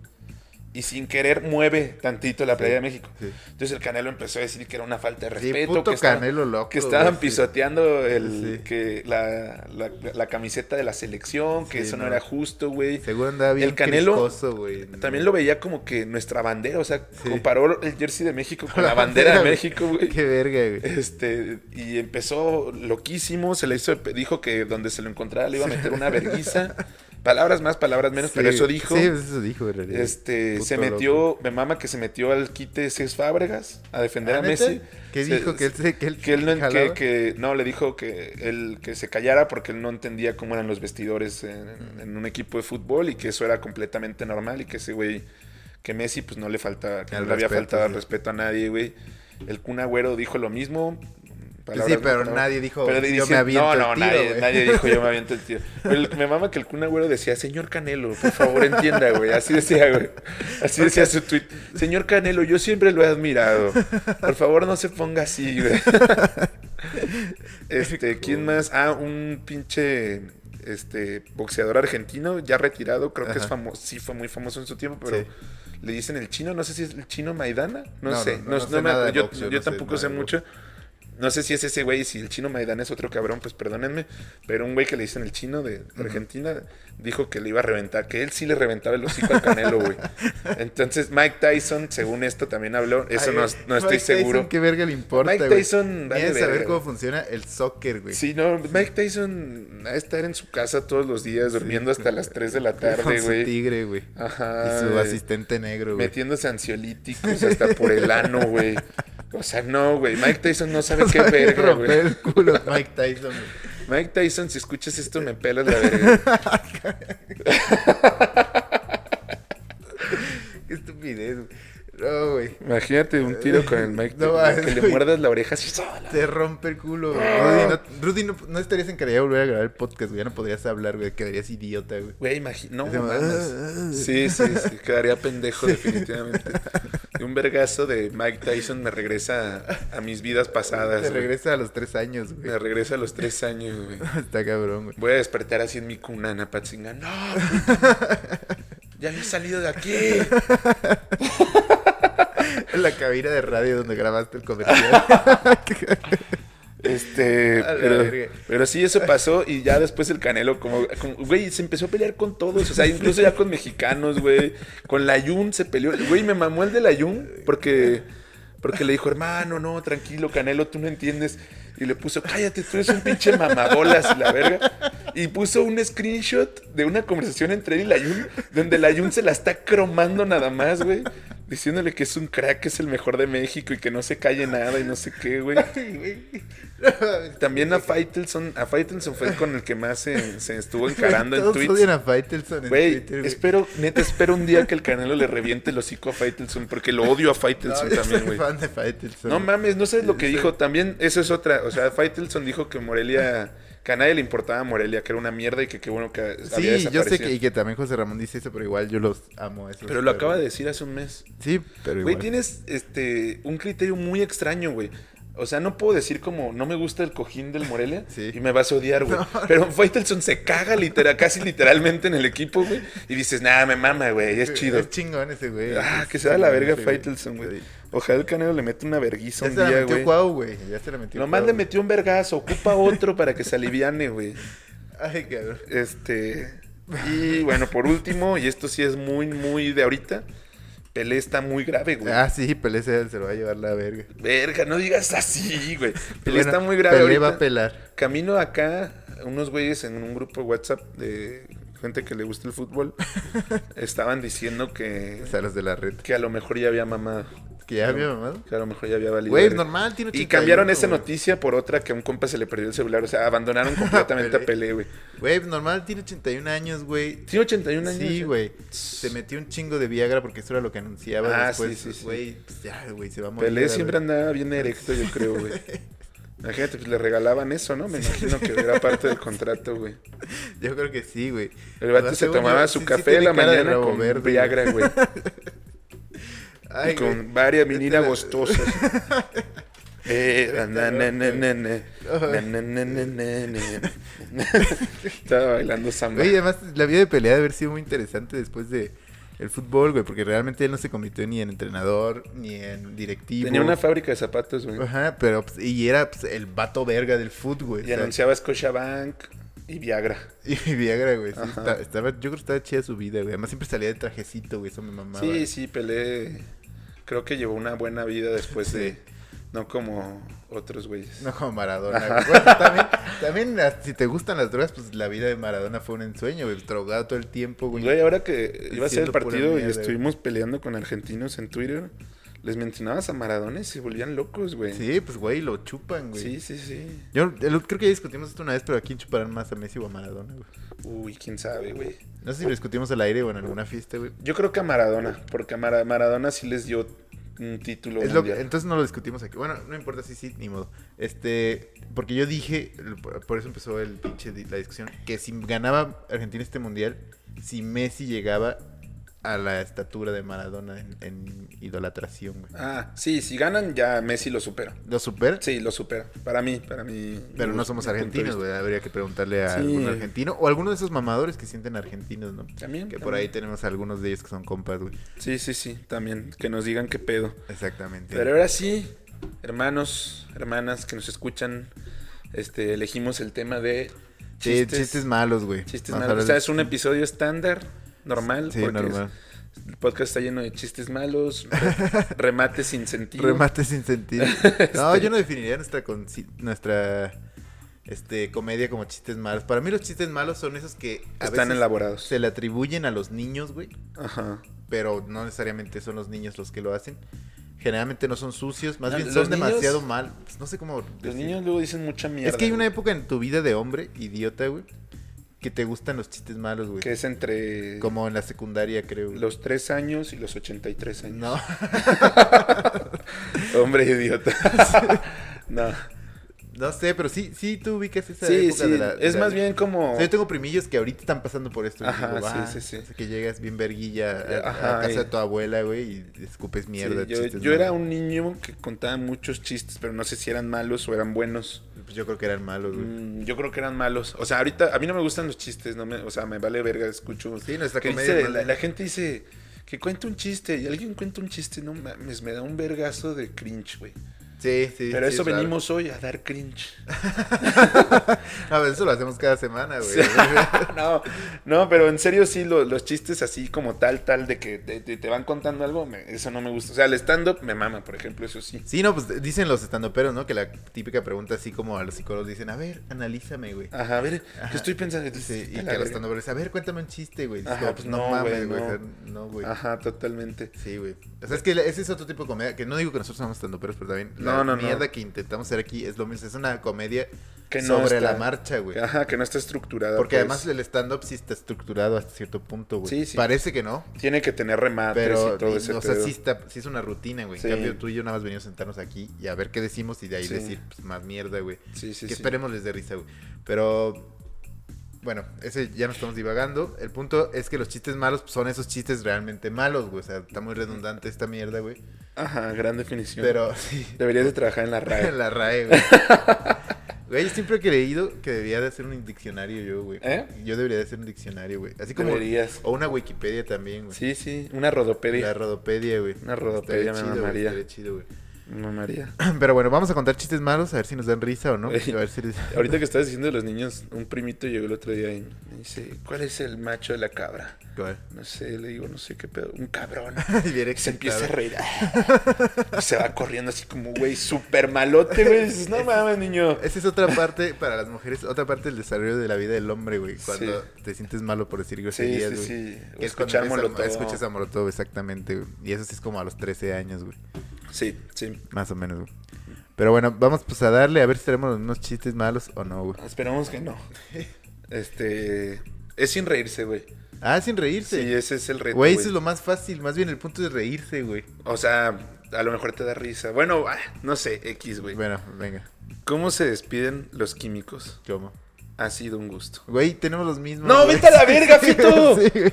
B: Y sin querer mueve tantito la playera de México.
A: Sí.
B: Entonces el Canelo empezó a decir que era una falta de
A: Sí,
B: respeto.
A: puto
B: que estaban-
A: Canelo loco,
B: Que estaban
A: güey, sí.
B: pisoteando el,
A: Sí.
B: que la, la- la camiseta de la selección, que
A: Sí,
B: eso no,
A: no.
B: era justo, güey.
A: Seguro andaba bien
B: El Canelo
A: criscoso, güey.
B: También lo veía como que nuestra bandera, o sea,
A: Sí.
B: comparó el jersey de México con la bandera de
A: güey.
B: México, güey.
A: Qué verga, güey.
B: Este, y empezó loquísimo, se le hizo, dijo que donde se lo encontrara le iba a meter una verguiza. Palabras más, palabras menos, pero
A: Sí,
B: eso dijo.
A: Sí, eso dijo, en realidad.
B: Este,
A: Puto
B: se metió,
A: loco.
B: me mama que se metió al quite Cés Fábregas a defender
A: ¿Ah,
B: a
A: neta?
B: Messi.
A: ¿Qué
B: Se-
A: dijo? Que él se- que él
B: que él no, que,
A: jalaba?
B: que- no, le dijo que él que se callara porque él no entendía cómo eran los vestidores en, en un equipo de fútbol y que eso era completamente normal y que ese güey, que Messi pues no le faltaba, que
A: Al
B: no le había
A: respeto,
B: faltado al
A: sí.
B: respeto a nadie, güey. El Kun Agüero dijo lo mismo.
A: Pues sí, pero nadie dijo, "Yo me
B: dicen-
A: aviento
B: No,
A: el tiro,
B: no, nadie,
A: güey".
B: nadie dijo yo me aviento el tiro. Pero el- me mama que el Kun Agüero decía, señor Canelo, por favor entienda, güey. Así decía, güey. Así decía su tweet. Señor Canelo, yo siempre lo he admirado. Por favor, no se ponga así, güey. Este, ¿quién más? Ah, un pinche este boxeador argentino ya retirado, creo que es
A: Ajá.
B: famoso, sí fue muy famoso en su tiempo, pero
A: Sí.
B: le dicen el chino, no sé si es el chino Maidana, no,
A: No,
B: sé,
A: no, no,
B: no,
A: no
B: no
A: sé
B: me-
A: nada de
B: yo,
A: boxeo, no
B: yo
A: sé
B: tampoco sé
A: nada de
B: mucho. No sé si es ese güey, si el chino Maidana es otro cabrón, pues perdónenme, pero un güey que le dicen el chino de Argentina dijo que le iba a reventar, que él sí le reventaba el hocico al Canelo, güey. Entonces Mike Tyson, según esto, también habló, eso
A: Ay,
B: no,
A: güey,
B: no estoy
A: Mike Tyson,
B: seguro.
A: ¿Qué verga le importa,
B: Mike
A: güey?
B: Tyson vale
A: Quiere saber
B: verga,
A: cómo
B: güey.
A: funciona el soccer, güey.
B: Sí, no, Mike Tyson ha de estar en su casa todos los días, durmiendo hasta las 3 de la
A: Con
B: tarde,
A: su
B: güey.
A: tigre, güey.
B: Ajá.
A: Y su
B: güey.
A: asistente negro, güey.
B: Metiéndose ansiolíticos hasta por el ano, güey. O sea, no, güey. Mike Tyson no sabe qué
A: Sabe
B: verga,
A: romper
B: güey.
A: el culo a Mike Tyson, güey.
B: Mike Tyson, si escuchas esto, me pelas la verga.
A: Qué estupidez, güey. No, güey.
B: Imagínate un tiro con el Mike
A: No
B: Tyson.
A: mames,
B: que le
A: güey.
B: muerdas la oreja así sola.
A: Te rompe el culo, güey.
B: Ah.
A: Rudy, no, Rudy, no, no estarías en calidad de volver a grabar el podcast, güey. Ya no podrías hablar, güey. Quedarías idiota, güey.
B: Güey, imagínate. No,
A: Ese-
B: mames. Sí, sí, sí. Quedaría pendejo, definitivamente. Y un vergazo de Mike Tyson me regresa a, a mis vidas pasadas.
A: Te
B: güey.
A: regresa a los tres años, güey.
B: Me regresa a los tres años, güey.
A: Está cabrón, güey.
B: Voy a despertar así en mi cuna, Napatzinga. ¡No! ¡Ya me he salido de aquí!
A: En la cabina de radio donde grabaste el comercial.
B: Este.
A: A la
B: Pero,
A: verga.
B: pero sí, eso pasó. Y ya después el Canelo, como, como- Güey, se empezó a pelear con todos. O sea, incluso ya con mexicanos, güey. Con la Yun se peleó. Güey, me mamó el de la Yun porque. Porque le dijo, hermano, no, tranquilo, Canelo, tú no entiendes. Y le puso, cállate, tú eres un pinche mamabolas y la verga. y puso un screenshot de una conversación entre él y la Yun, donde la Yun se la está cromando nada más, güey. Diciéndole que es un crack, que es el mejor de México y que no se calle nada y no sé qué, güey. También a Faitelson, a Faitelson fue con el que más se, se estuvo encarando en
A: Todos
B: tweets.
A: odian a Faitelson en
B: Güey,
A: Twitter, güey.
B: espero, neta, espero un día que el Canelo le reviente el hocico a Faitelson, porque lo odio a
A: No,
B: Faitelson
A: yo
B: también,
A: soy
B: güey.
A: fan de Faitelson.
B: No mames, no sabes lo que
A: Sí.
B: dijo. También, eso es otra. O sea, Faitelson dijo que Morelia, que a nadie le importaba Morelia, que era una mierda y que qué bueno que había
A: Sí, yo sé que, y
B: desaparecido.
A: que también José Ramón dice eso, pero igual yo los amo a esos.
B: Pero lo acaba de decir hace un mes.
A: Sí, pero
B: Güey,
A: igual.
B: tienes este un criterio muy extraño, güey. O sea, no puedo decir como no me gusta el cojín del Morelia
A: Sí.
B: y me vas a odiar, güey. Pero Faitelson se caga literal, casi literalmente en el equipo, güey. Y dices, nah, me mama, güey, es chido.
A: Es chingón ese güey.
B: Ah,
A: Es
B: que se da la
A: chingón
B: verga
A: ese güey.
B: Faitelson, güey.
A: Sí.
B: Ojalá el Canelo le meta una verguiza
A: Ya
B: un
A: se la
B: día,
A: metió
B: güey.
A: Cuau, güey. Ya se la metió
B: Nomás
A: Cuau,
B: le
A: güey.
B: metió un vergazo, ocupa otro para que se aliviane, güey.
A: Ay, cabrón.
B: Este. Y bueno, por último, y esto sí es muy, muy de ahorita. Pelé está muy grave, güey.
A: Ah, sí, Pelé se se lo va a llevar la verga.
B: Verga, no digas así, güey. Pelé
A: Bueno,
B: está muy grave.
A: Pelé va a
B: ahorita.
A: pelar.
B: Camino acá, unos güeyes en un grupo de WhatsApp de gente que le gusta el fútbol estaban diciendo que,
A: O sea, los de la red.
B: que a lo mejor ya había mamado.
A: Que ya había mamado.
B: Que a lo mejor ya había valido.
A: Güey,
B: verga.
A: normal, tiene
B: Y cambiaron
A: 81,
B: esa
A: güey.
B: noticia por otra que a un compa se le perdió el celular. O sea, abandonaron completamente a
A: Pelé.
B: Pelé, güey.
A: Güey, normal tiene 81 años, güey.
B: Tiene 81 años. Pues
A: Sí, güey. Se metió un chingo de Viagra porque eso era lo que anunciaba
B: Ah,
A: después.
B: sí, sí, sí.
A: Güey, pues ya, güey, se va a morir.
B: Pelé
A: a la
B: siempre
A: verga.
B: andaba bien erecto, yo creo, güey. Imagínate, pues le regalaban eso, ¿no? Me imagino que era parte del contrato, güey.
A: Yo creo que sí, güey.
B: El vato
A: Además,
B: se
A: según
B: tomaba
A: yo,
B: su
A: sí- sí
B: café en
A: tiene
B: la
A: cara de
B: mañana
A: rabo
B: con
A: verde, güey.
B: Viagra, güey.
A: Ay, güey.
B: y con varias meninas
A: la-
B: gostosas. Eh, na, na, na, na, na, na, na, na, na, na, na. Estaba bailando samba.
A: Güey, además la vida de pelea debe haber sido muy interesante después de el fútbol, güey, porque realmente él no se convirtió ni en entrenador, ni en directivo.
B: Tenía una fábrica de zapatos, güey.
A: Ajá, pero pues, y era pues, el vato verga del fútbol, güey. o
B: Y
A: sea,
B: anunciaba Scotiabank y Viagra.
A: y Viagra, güey. sí,
B: Ajá.
A: esta- estaba, yo creo que estaba chida su vida, güey. Además siempre salía de trajecito, güey. Eso me mamaba.
B: Sí, sí, Pelé. Creo que llevó una buena vida después de.
A: Sí.
B: No como otros güeyes.
A: No como Maradona. güey. Bueno, también, también ah, si te gustan las drogas, pues la vida de Maradona fue un ensueño, güey. Drogado todo el tiempo, güey.
B: Güey, ahora que iba a ser el
A: Siendo pura
B: partido y
A: mierda,
B: estuvimos peleando con argentinos en Twitter, les mencionabas a Maradona y se volvían locos, güey.
A: Sí, pues güey, lo chupan, güey.
B: sí, sí, sí.
A: Yo el- creo que ya discutimos esto una vez, pero aquí chuparán más a Messi o a Maradona, güey.
B: Uy, quién sabe, güey.
A: No sé si lo discutimos al aire o en alguna fiesta, güey.
B: Yo creo que a Maradona, porque a Mara- Maradona sí les dio un título
A: Es lo que-
B: mundial.
A: entonces no lo discutimos aquí. Bueno, no importa si sí, ni modo. Este, porque yo dije, por- por eso empezó el pinche di- la discusión, que si ganaba Argentina este mundial, si Messi llegaba a la estatura de Maradona en, en idolatración, güey.
B: Ah, sí, si ganan ya Messi lo supera.
A: ¿Lo supera?
B: Sí, lo supera. Para mí, para mí.
A: Pero no somos argentinos, güey. Habría que preguntarle a
B: Sí.
A: algún argentino o alguno de esos mamadores que sienten argentinos, ¿no?
B: También,
A: Que por ahí
B: también.
A: tenemos algunos de ellos que son compas, güey.
B: Sí, sí, sí, también. Que nos digan qué pedo.
A: Exactamente.
B: Pero ahora sí, hermanos, hermanas que nos escuchan, este, elegimos el tema de
A: Sí, chistes, malos, güey.
B: chistes
A: Vamos a
B: malos. O
A: hablar
B: sea,
A: de-
B: es un episodio estándar, normal,
A: Sí,
B: porque
A: normal.
B: es- el podcast está lleno de chistes malos, re- remates sin sentido.
A: Remate sin sentido. No,
B: Este
A: yo no definiría nuestra conci- nuestra este comedia como chistes malos. Para mí los chistes malos son esos que a
B: Están
A: veces
B: elaborados.
A: se le atribuyen a los niños, güey,
B: Ajá.
A: pero no necesariamente son los niños los que lo hacen. Generalmente no son sucios, más
B: No,
A: bien
B: los
A: son
B: niños-
A: demasiado mal. pues, no sé cómo
B: Los
A: decir.
B: niños luego dicen mucha mierda.
A: Es que hay una
B: güey,
A: época en tu vida de hombre idiota, güey, que te gustan los chistes malos, güey.
B: que es entre
A: Como en la secundaria, creo. güey.
B: los 3 años y los 83 años.
A: No.
B: Hombre idiota. no.
A: No sé, pero sí, sí, tú ubicas esa
B: Sí,
A: época
B: sí.
A: de la... de
B: es
A: la-
B: más bien como
A: O sea, yo tengo primillos que ahorita están pasando por esto. y
B: Ajá,
A: digo,
B: sí,
A: "Ah",
B: sí, sí.
A: o sea, que llegas bien verguilla a, a
B: Ajá,
A: casa
B: y-
A: de tu abuela, güey, y escupes
B: Sí,
A: mierda.
B: yo
A: chistes
B: yo era
A: malos.
B: un niño que contaba muchos chistes, pero no sé si eran malos o eran buenos.
A: Pues yo creo que eran malos, güey.
B: Mm, yo creo que eran malos. O sea, ahorita a mí no me gustan los chistes, no me, o sea, me vale verga, escucho.
A: Sí, nuestra
B: que
A: comedia
B: dice-
A: es mala.
B: la, la gente dice que cuenta un chiste y alguien cuenta un chiste, no mames, me da un vergazo de cringe, güey.
A: Sí, sí.
B: Pero
A: sí,
B: eso
A: es raro.
B: venimos hoy a dar cringe.
A: A ver, Ah, eso lo hacemos cada semana, güey.
B: no, no, pero en serio sí, lo- los chistes así como tal, tal, de que te, te- te van contando algo, me- eso no me gusta. O sea, el stand-up me mama, por ejemplo, eso sí.
A: Sí, no, pues dicen los estandoperos, ¿no? Que la típica pregunta así como a los psicólogos dicen, a ver, analízame, güey.
B: Ajá, a ver,
A: Ajá.
B: ¿qué estoy pensando?
A: Sí, y que
B: Ah, A la
A: los
B: verga.
A: estandoperos dicen, a ver, cuéntame un chiste, güey. Dices, como,
B: Ajá, pues, no, güey,
A: o
B: no.
A: sea, No, güey.
B: Ajá, totalmente.
A: Sí, güey. O sea, es que ese es otro tipo de comedia, que no digo que nosotros somos estandoperos, pero también
B: No,
A: la
B: no, no.
A: mierda que intentamos hacer aquí es lo mismo. Es una comedia
B: Que no
A: sobre
B: está-
A: la marcha, güey.
B: Ajá, que no está estructurada.
A: Porque
B: pues.
A: además el stand-up sí está estructurado hasta cierto punto, güey.
B: Sí, sí.
A: Parece que no,
B: Tiene que tener remates
A: pero
B: y todo
A: y-
B: ese
A: o sea,
B: pedo.
A: sí, está, sí es una rutina, güey.
B: Sí.
A: En cambio, tú y yo nada más venimos a sentarnos aquí y a ver qué decimos y de ahí
B: Sí.
A: decir pues, más mierda, güey.
B: Sí, sí,
A: que
B: sí.
A: esperemos les dé risa, güey. Pero bueno, ese ya nos estamos divagando. El punto es que los chistes malos pues, son esos chistes realmente malos, güey. O sea, está muy redundante esta mierda, güey.
B: Ajá, gran definición.
A: Pero sí,
B: Deberías de trabajar en la RAE.
A: en la RAE, güey. Güey, yo siempre he creído que debía de hacer un diccionario yo, güey.
B: ¿Eh?
A: Yo debería de hacer un diccionario, güey. Así como...
B: Deberías.
A: O una Wikipedia también, güey.
B: Sí, sí, una rodopedia.
A: La rodopedia, güey.
B: Una rodopedia
A: Estaría
B: me
A: chido, güey,
B: mamaría.
A: estaría chido, güey.
B: Mamaría.
A: Pero bueno, vamos a contar chistes malos, a ver si nos dan risa o no. A
B: Güey.
A: ver si les...
B: Ahorita que estabas diciendo de los niños, un primito llegó el otro día y me dice, ¿cuál es el macho de la cabra?
A: Güey.
B: No sé, le digo, no sé qué pedo, un cabrón.
A: Y viene
B: Se empieza a
A: excitado.
B: reír. Y se va corriendo así como, güey, súper malote, güey. Dices, no mames, niño.
A: Esa es otra parte para las mujeres, otra parte del desarrollo de la vida del hombre, güey. Cuando te sientes malo por decir
B: Sí,
A: groserías,
B: sí,
A: güey.
B: sí.
A: Que es cuando
B: Escuchar
A: empiezas a-
B: Molotov.
A: Escuchas a Molotov, exactamente, güey. Y eso sí es como a los 13 años, güey.
B: Sí, sí.
A: Más o menos, güey. Pero bueno, vamos pues a darle a ver si tenemos unos chistes malos o no, güey.
B: Esperamos que no. Este. Es sin reírse, güey.
A: Ah, sin reírse.
B: Sí, ese es el reto.
A: Güey, eso es lo más fácil. Más bien el punto es reírse, güey.
B: O sea, a lo mejor te da risa. Bueno, ah, no sé, X, güey.
A: Bueno, venga.
B: ¿Cómo se despiden los químicos?
A: ¿Cómo?
B: Ha sido un gusto.
A: Güey, tenemos los mismos.
B: ¡No,
A: güey.
B: vete a la verga, Fito!
A: Sí, güey.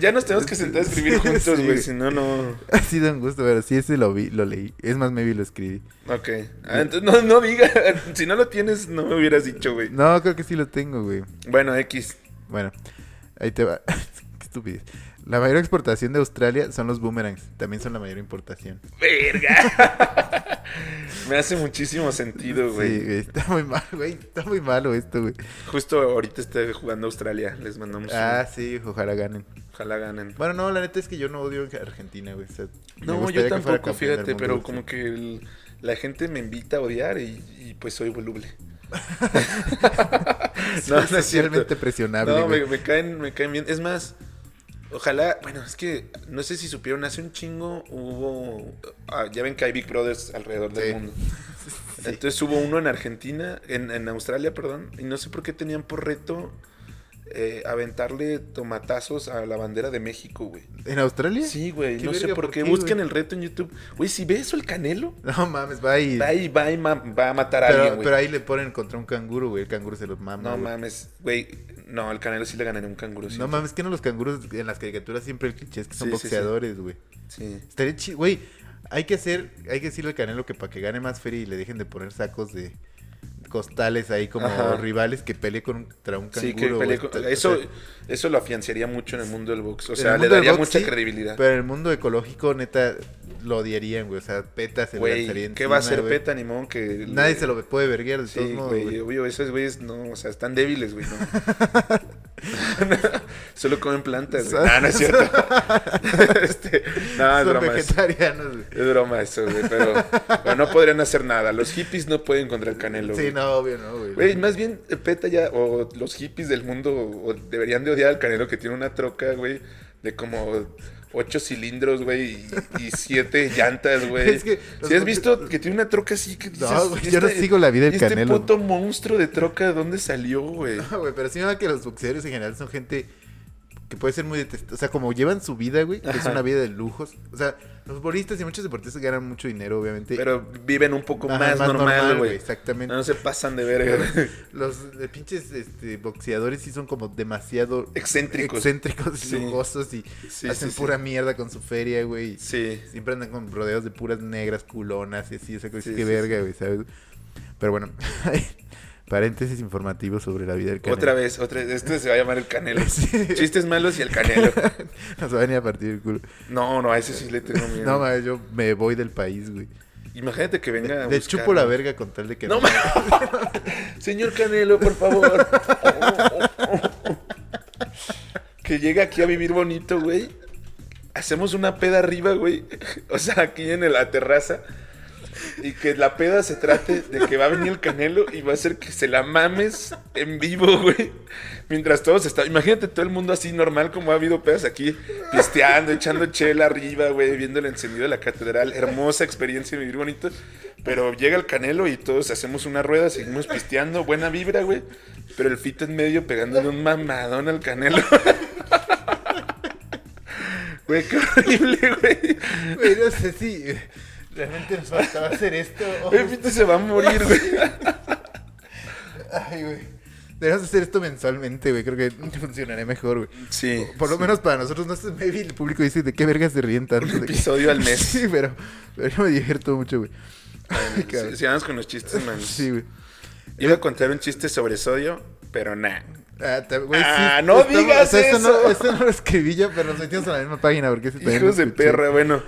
B: Ya nos tenemos que sentar a escribir
A: Sí,
B: juntos,
A: sí,
B: güey.
A: güey.
B: Si no, no.
A: Ha sido un gusto, pero sí, ese lo vi, lo leí. Es más, maybe lo escribí.
B: Ok. Ah, entonces, no, no digas. Si no lo tienes, no me hubieras dicho, güey.
A: No, creo que sí lo tengo, güey.
B: Bueno, X.
A: Bueno, ahí te va. Qué estupidez. La mayor exportación de Australia son los boomerangs. También son la mayor importación.
B: Verga. me hace muchísimo sentido,
A: Sí,
B: güey.
A: güey, está muy mal, güey. Está muy malo esto, güey.
B: Justo ahorita está jugando Australia. Les mandamos. un-
A: Ah, sí, ojalá ganen.
B: Ojalá ganen.
A: Bueno, no, la neta es que yo no odio a Argentina, güey. o sea, me
B: No,
A: gustaría
B: yo
A: que fuera
B: tampoco,
A: campeón del
B: fíjate,
A: mundo,
B: pero
A: güey.
B: como que el- la gente me invita a odiar y, y pues soy voluble. no, no es
A: socialmente
B: cierto.
A: presionable,
B: No,
A: güey.
B: me, me caen, me caen bien. Es más, ojalá, bueno, es que no sé si supieron, hace un chingo hubo, ah, ya ven que hay Big Brothers alrededor del
A: Sí.
B: mundo.
A: Sí.
B: Entonces hubo uno en Argentina, en, en Australia, perdón, y no sé por qué tenían por reto eh, aventarle tomatazos a la bandera de México, güey.
A: ¿En Australia?
B: Sí, güey,
A: ¿Qué
B: no sé
A: verga?
B: por qué.
A: güey?
B: Busquen el reto en YouTube. Güey, si ve eso el Canelo,
A: No mames, va y...
B: va y, va y ma- va a matar a alguien,
A: Pero,
B: güey.
A: pero ahí le ponen contra un canguro, güey. El canguro se lo mama.
B: No
A: güey.
B: mames, güey. No, el Canelo sí le ganaré un canguro.
A: No
B: siento.
A: mames, que no los canguros en las caricaturas siempre el cliché es que son
B: Sí, sí, sí.
A: boxeadores, güey.
B: Sí.
A: Estaría chido, güey. Hay que hacer, hay que decirle al Canelo que para que gane más feria y le dejen de poner sacos de costales ahí como
B: Ajá.
A: rivales que pelee contra un
B: Sí,
A: canguro.
B: que
A: güey.
B: peleé con-
A: O sea,
B: eso, eso lo afianzaría mucho en el mundo del box. O
A: en
B: sea,
A: el
B: le
A: mundo del
B: daría
A: box,
B: mucha
A: sí,
B: credibilidad.
A: Pero en el mundo ecológico, neta, lo odiarían, güey. O sea, Peta se le lanzaría
B: Güey, ¿qué va a
A: encima,
B: hacer
A: güey.
B: Peta, Nimón? Que
A: Nadie se lo puede verguear de todos
B: Sí,
A: modos,
B: güey,
A: güey.
B: obvio, esos güeyes no, o sea, están débiles, güey, no. Solo comen plantas, güey. Ah,
A: Son-
B: No, no es cierto. Este, no, es
A: Son
B: broma. es-
A: vegetarianos, güey.
B: Es broma eso, güey, pero, pero no podrían hacer nada. Los hippies no pueden contra el canelo.
A: Sí,
B: güey.
A: no, obvio, no, güey.
B: Güey, más bien, eh, PETA ya, o los hippies del mundo, o deberían de odiar al canelo que tiene una troca, güey, de como ocho cilindros, güey, y, y siete llantas, güey.
A: Es que los
B: si has
A: coches-
B: visto que tiene una troca así que dices,
A: güey,
B: "¿Y
A: yo no
B: este-
A: sigo la vida del
B: y este
A: Canelo".
B: puto monstruo de troca, ¿de dónde salió, güey?
A: No, güey, pero sí me da que los boxeadores en general son gente que puede ser muy detestable. O sea, como llevan su vida, güey, que es
B: Ajá.
A: una vida de lujos. O sea, los futbolistas y muchos deportistas ganan mucho dinero, obviamente.
B: Pero viven un poco
A: Ajá,
B: más, normal, güey.
A: Exactamente.
B: No se pasan de verga, güey.
A: Los eh, pinches este, boxeadores sí son como demasiado
B: Excéntricos.
A: excéntricos y
B: Sí.
A: lujosos y
B: Sí,
A: hacen
B: sí, sí.
A: pura mierda con su feria, güey.
B: Sí.
A: Siempre andan con rodeos de puras negras culonas y así, esa cosa.
B: Sí,
A: qué
B: sí,
A: verga, güey, ¿sabes? Pero bueno, paréntesis informativos sobre la vida del Canelo.
B: Otra vez, otra vez. Este se va a llamar el canelo.
A: Sí.
B: Chistes malos y el canelo.
A: Nos va a venir a partir el culo.
B: No, no, a ese sí le tengo miedo.
A: No, mames, yo me voy del país, güey.
B: Imagínate que venga a
A: Le
B: buscar-
A: chupo la verga con tal de que...
B: No ma- Señor Canelo, por favor. Que llegue aquí a vivir bonito, güey. Hacemos una peda arriba, güey. O sea, aquí en la terraza. Y que la peda se trate de que va a venir el Canelo y va a ser que se la mames en vivo, güey. Mientras todos están. Imagínate todo el mundo así normal, como ha habido pedas aquí, pisteando, echando chela arriba, güey, viendo el encendido de la catedral. Hermosa experiencia de vivir bonito. Pero llega el Canelo y todos hacemos una rueda, seguimos pisteando, buena vibra, güey. Pero el fito en medio pegándole un mamadón al Canelo. Güey, qué horrible, güey.
A: Güey, no sé si realmente nos faltaba hacer esto.
B: El fito se va a morir, güey.
A: Ay, güey. Debemos hacer esto mensualmente, güey. Creo que funcionaría mejor, güey.
B: Sí.
A: Por lo menos para nosotros, no sé, maybe el público dice de qué vergas se ríen tanto.
B: Un
A: De que-
B: episodio al mes.
A: Sí, pero, pero yo me divierto mucho, güey. Ay, cabrón.
B: Sí, sigamos con los chistes, man.
A: Sí, güey.
B: Iba a contar un chiste sobre sodio, pero nah.
A: Ah, ta- güey, sí,
B: Ah, no digas
A: esto
B: eso.
A: No, esto no lo escribí yo, pero nos metimos en la misma página porque ese también
B: Hijos
A: lo
B: de
A: escuché.
B: perra, bueno.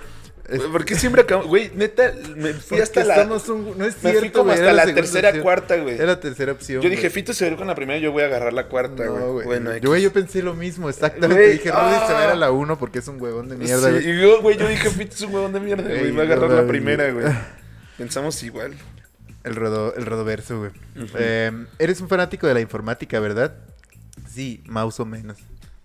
A: Es-
B: ¿Por qué siempre acabamos? Güey, neta, me fui
A: Porque
B: hasta la.
A: estamos un- No es
B: me fui
A: cierto,
B: como
A: güey,
B: hasta
A: era
B: la
A: segunda
B: tercera,
A: opción.
B: cuarta, güey.
A: Era la tercera opción.
B: Yo dije,
A: güey.
B: Fito se va a ir con la primera, yo voy a agarrar la cuarta, güey.
A: No, güey.
B: Bueno,
A: yo, güey,
B: X.
A: yo pensé lo mismo, exactamente.
B: Güey,
A: dije, Rudy se va a ir
B: ah.
A: a la 1 porque es un huevón de mierda,
B: Sí,
A: güey.
B: y yo, güey, yo dije, Fito es un huevón de mierda, güey.
A: Ey,
B: Va a agarrar
A: no
B: la
A: mames,
B: primera,
A: güey.
B: güey. Pensamos igual.
A: El, rodo, el rodoverso, güey. Eh, eres un fanático de la informática, ¿verdad? Sí, más o menos.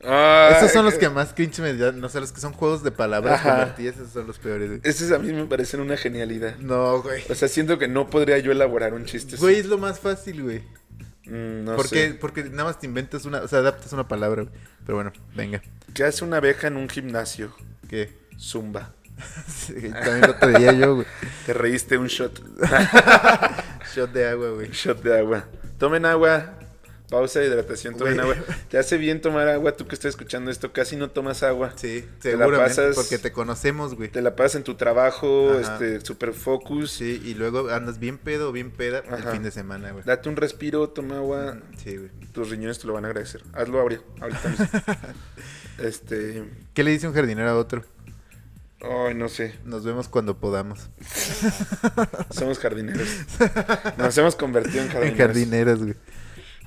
B: Ah,
A: Esos son los
B: eh,
A: que más cringe me dan. No sé, los que son juegos de palabras
B: Ajá.
A: con martillas, esos son los peores, güey.
B: Esos a mí me parecen una genialidad.
A: No, güey.
B: O sea, siento que no podría yo elaborar un chiste. así.
A: Güey, es lo más fácil, güey.
B: Mm, no
A: porque,
B: sé.
A: porque nada más te inventas una, o sea, adaptas una palabra, güey. Pero bueno, venga.
B: ¿Qué hace una abeja en un gimnasio?
A: ¿Qué?
B: Zumba.
A: Sí, también lo traía yo, güey.
B: Te reíste un shot.
A: Shot de agua, güey.
B: Un shot de agua. Tomen agua. Pausa de hidratación, tomen
A: Güey.
B: agua. Te hace bien tomar agua, tú que estás escuchando esto, casi no tomas agua.
A: Sí,
B: Te la
A: seguramente.
B: pasas-
A: Porque te conocemos, güey.
B: Te la pasas en tu trabajo,
A: Ajá.
B: este, super focus.
A: Sí, y luego andas bien pedo o bien peda
B: Ajá.
A: el fin de semana, güey.
B: Date un respiro, toma agua.
A: Sí, güey.
B: Tus riñones te lo van a agradecer. Hazlo ahorita, ahorita mismo. este.
A: ¿Qué le dice un jardinero a otro?
B: Ay, no sé.
A: Nos vemos cuando podamos.
B: Somos jardineros. Nos hemos convertido en
A: En
B: jardineros.
A: jardineras, güey.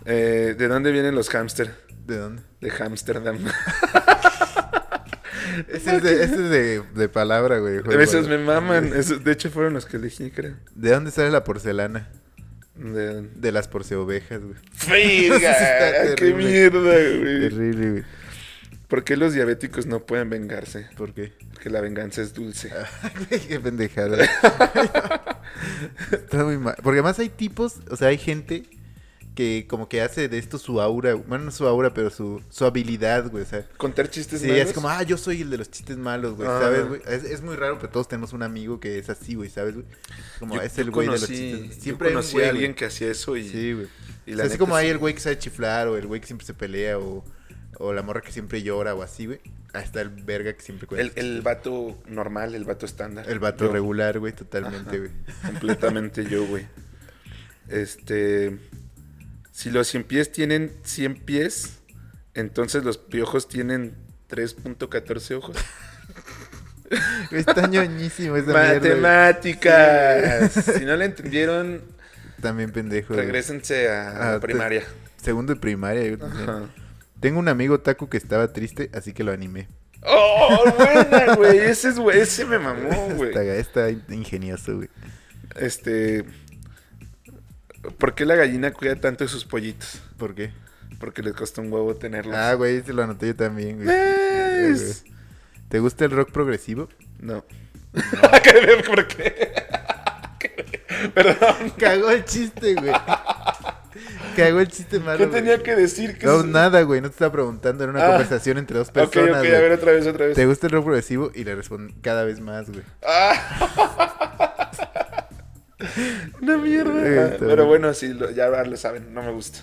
B: Eh, ¿De dónde vienen los hámster?
A: ¿De dónde?
B: De Hamsterdam.
A: Ese es de, ese es de, de palabra, güey.
B: A
A: juego,
B: veces me
A: güey.
B: maman. Esos, de hecho, fueron los que elegí, creo.
A: ¿De dónde sale la porcelana?
B: De...
A: De las porceovejas, güey.
B: ¡Friga!
A: Está
B: ¡Qué
A: terrible.
B: mierda, güey!
A: Terrible, güey.
B: ¿Por qué los diabéticos no pueden vengarse?
A: ¿Por qué?
B: Porque la venganza es dulce.
A: Ah. Güey, qué pendejada. Está muy mal. Porque además hay tipos, o sea, hay gente que como que hace de esto su aura. Bueno, no su aura, pero su, su habilidad, güey. O sea,
B: Contar chistes
A: Sí,
B: malos.
A: es como, ah, yo soy el de los chistes malos, güey,
B: Ah.
A: ¿sabes, güey? Es, es muy raro, pero todos tenemos un amigo que es así, güey, ¿sabes, güey? Como
B: Yo-
A: es
B: yo
A: el güey de los
B: conocí-
A: chistes.
B: yo
A: Siempre hay un
B: conocí
A: güey,
B: a alguien
A: güey.
B: que hacía eso y...
A: Sí, güey.
B: y
A: O
B: la
A: sea, así
B: neta
A: como hay
B: sí.
A: el güey que sabe chiflar, o el güey que siempre se pelea, o, o la morra que siempre llora, o así, güey. Hasta el verga que siempre cuenta.
B: El, el vato normal, el vato estándar.
A: El vato
B: Yo,
A: regular, güey, totalmente, güey.
B: Completamente yo, güey. Este... Si los 100 pies tienen 100 pies, entonces los piojos tienen 3.14 ojos.
A: Güey, Está ñoñísimo esa mierda,
B: Matemáticas. Si no la entendieron,
A: güey. También pendejo, güey.
B: regresense
A: Ah,
B: a
A: te-
B: primaria.
A: Segundo de primaria, güey.
B: Ajá.
A: Tengo un amigo taco que estaba triste, así que lo animé.
B: Oh, buena, güey. Ese es, güey. Ese me mamó, güey.
A: Está, está ingenioso, güey.
B: Este. ¿Por qué la gallina cuida tanto de sus pollitos?
A: ¿Por qué?
B: Porque les costó un huevo tenerlos.
A: Ah, güey, se lo anoté yo también, güey. Pues. Eh,
B: ¿Ves?
A: ¿Te gusta el rock progresivo?
B: No. ¿Qué ver? ¿Por qué? Perdón.
A: Cagó el chiste, güey. Cagó el chiste malo.
B: ¿Qué
A: güey.
B: tenía que decir? ¿Qué
A: No,
B: es-
A: nada, güey. No te estaba preguntando. Era una
B: Ah.
A: conversación entre dos
B: Ok, ok,
A: personas.
B: a
A: güey.
B: ver, otra vez, otra vez.
A: ¿Te gusta el rock progresivo? Y le respondí cada vez más, güey.
B: Una
A: Eh,
B: mierda. Ah,
A: está
B: Pero
A: bien.
B: bueno, sí, lo- ya lo saben, no me gusta.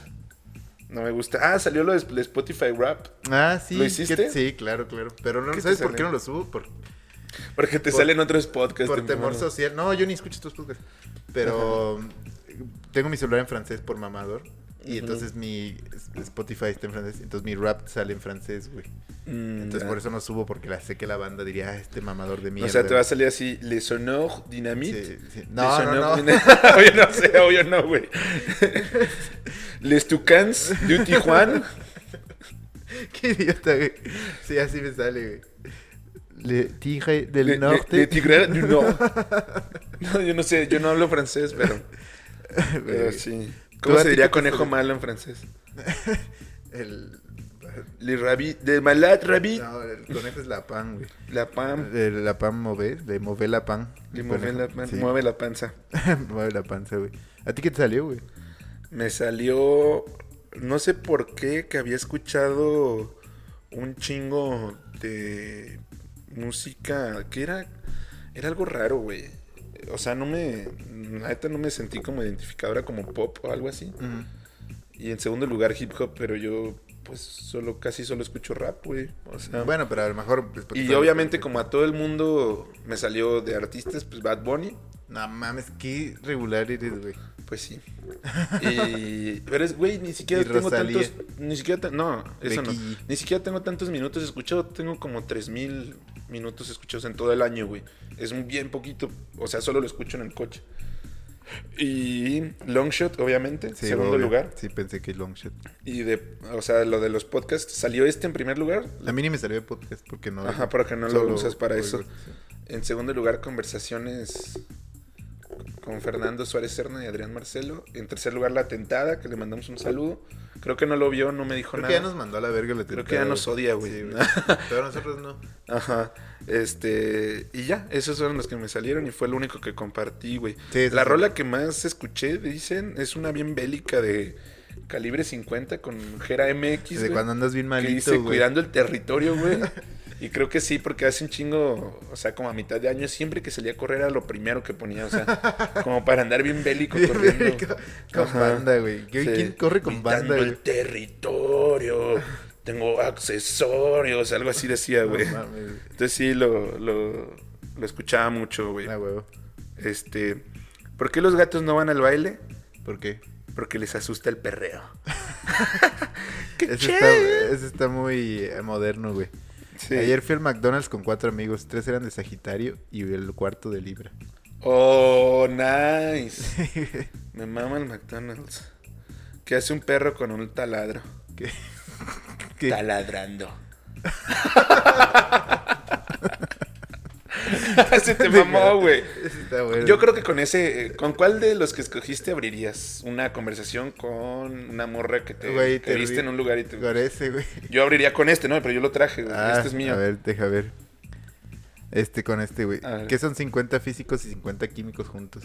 B: No me gusta. Ah, salió lo de de Spotify Rap.
A: Ah, sí.
B: ¿Lo hiciste?
A: ¿qué- Sí, claro, claro. Pero no,
B: ¿Qué te
A: ¿sabes por qué
B: sale?
A: no lo subo? Por,
B: Porque te
A: Por-
B: salen otros podcasts.
A: por temor
B: hermano.
A: social. No, yo ni escucho tus podcasts. Pero tengo mi celular en francés por mamador. Y
B: Ujú.
A: entonces mi Spotify está en francés. Entonces mi rap sale en francés, güey.
B: Mm,
A: Entonces
B: ah.
A: por eso no subo porque la sé que la banda diría, "Ah, este mamador de mierda.
B: O sea, te va a salir así, Le Sonore Dynamite.
A: Sí, sí.
B: Les
A: No, no,
B: Sonores
A: no.
B: Dynamite. obvio no sé, obvio no, güey. Les Tucans du Tijuana.
A: Qué idiota, güey. Sí, así me sale, güey. Le tigre del
B: Le- le-
A: norte.
B: le Tigre du Nord. No, yo no sé, yo no hablo francés, pero, pero
A: Güey,
B: Ah, sí.
A: ¿Tú
B: ¿Cómo
A: a
B: se
A: ti
B: diría
A: qué te
B: conejo
A: sale?
B: malo en francés?
A: El,
B: Le rabbit, de malade rabbit.
A: no, el conejo es la pan, güey.
B: La pam,
A: El- La pan move, le move la pan.
B: le
A: El
B: mueve
A: conejo,
B: la, pan-
A: sí.
B: mueve la panza.
A: mueve la panza, güey. ¿A ti qué te salió, güey?
B: Me salió, no sé por qué, que había escuchado un chingo de música que era, era algo raro, güey. O sea, no me, la neta no me sentí como identificadora como pop o algo así. Y en segundo lugar hip hop, pero yo pues solo, casi solo escucho rap, güey. O sea,
A: Ah. Bueno, pero a lo mejor. pues, porque
B: y
A: son-
B: obviamente como a todo el mundo me salió de artistas, pues Bad Bunny.
A: No mames, qué regular eres, güey.
B: Pues sí. Y, pero es, güey, ni siquiera
A: Y
B: tengo
A: Rosalía.
B: tantos. Ni siquiera. ta- No, eso
A: Becky
B: no.
A: G.
B: Ni siquiera tengo tantos minutos escuchados. Tengo como 3000 minutos escuchados en todo el año, güey. Es un bien poquito. O sea, solo lo escucho en el coche. Y Longshot, obviamente,
A: Sí,
B: segundo
A: obvio.
B: lugar.
A: Sí, pensé que long shot.
B: Y de. O sea, lo de los podcasts. Salió este en primer lugar.
A: A mí ni me salió de podcast porque no.
B: Ajá, porque no lo
A: solo
B: usas para
A: oigo,
B: eso.
A: sí.
B: En segundo lugar, conversaciones con Fernando Suárez Serna y Adrián Marcelo. En tercer lugar, La Tentada, que le mandamos un saludo. Creo que no lo vio, no me dijo
A: Creo que
B: nada.
A: ya nos mandó a la verga la
B: Creo que
A: tentada,
B: ya nos odia, güey.
A: Sí, Pero nosotros no.
B: Ajá. Este, y ya, esos fueron los que me salieron y fue el único que compartí, güey.
A: Sí, sí,
B: la
A: sí.
B: rola que más escuché, dicen, es una bien bélica de calibre 50 con Gera MX.
A: Desde
B: güey.
A: cuando andas bien
B: que
A: malito,
B: dice
A: güey.
B: cuidando el territorio, güey. Y creo que sí, porque hace un chingo, o sea, como a mitad de año, siempre que salía a correr era lo primero que ponía, o sea, como para andar bien bélico
A: Bien
B: corriendo.
A: bélico, con
B: Ajá.
A: banda, güey. ¿Qué-
B: Sí.
A: ¿Quién corre con
B: Cuidando
A: banda,
B: el
A: güey?
B: territorio, tengo accesorios, algo así decía, güey.
A: No mames, güey.
B: Entonces sí, lo, lo, lo escuchaba mucho, güey.
A: Ah, huevo.
B: Este, ¿por qué los gatos no van al baile?
A: ¿Por qué?
B: Porque les asusta el perreo. ¡Qué
A: Eso está,
B: chévere!
A: eso está muy eh, moderno, güey.
B: Sí.
A: Ayer fui al McDonald's con cuatro amigos. Tres eran de Sagitario y el cuarto de Libra.
B: Oh, nice. Me mama el McDonald's. ¿Qué hace un perro con un taladro?
A: ¿Qué? ¿Qué?
B: Taladrando. Se te mamó, güey.
A: Eso está bueno.
B: Yo creo que con ese, eh, ¿con cuál de los que escogiste abrirías una conversación con una morra que te,
A: Güey,
B: que
A: te
B: viste
A: vi-
B: en un lugar y te...
A: Con ese, güey.
B: Yo abriría con este, ¿no? Pero yo lo traje, güey.
A: Ah,
B: este es mío.
A: A ver, deja ver. Este con este, güey.
B: A ver.
A: ¿Qué son 50 físicos y 50 químicos juntos?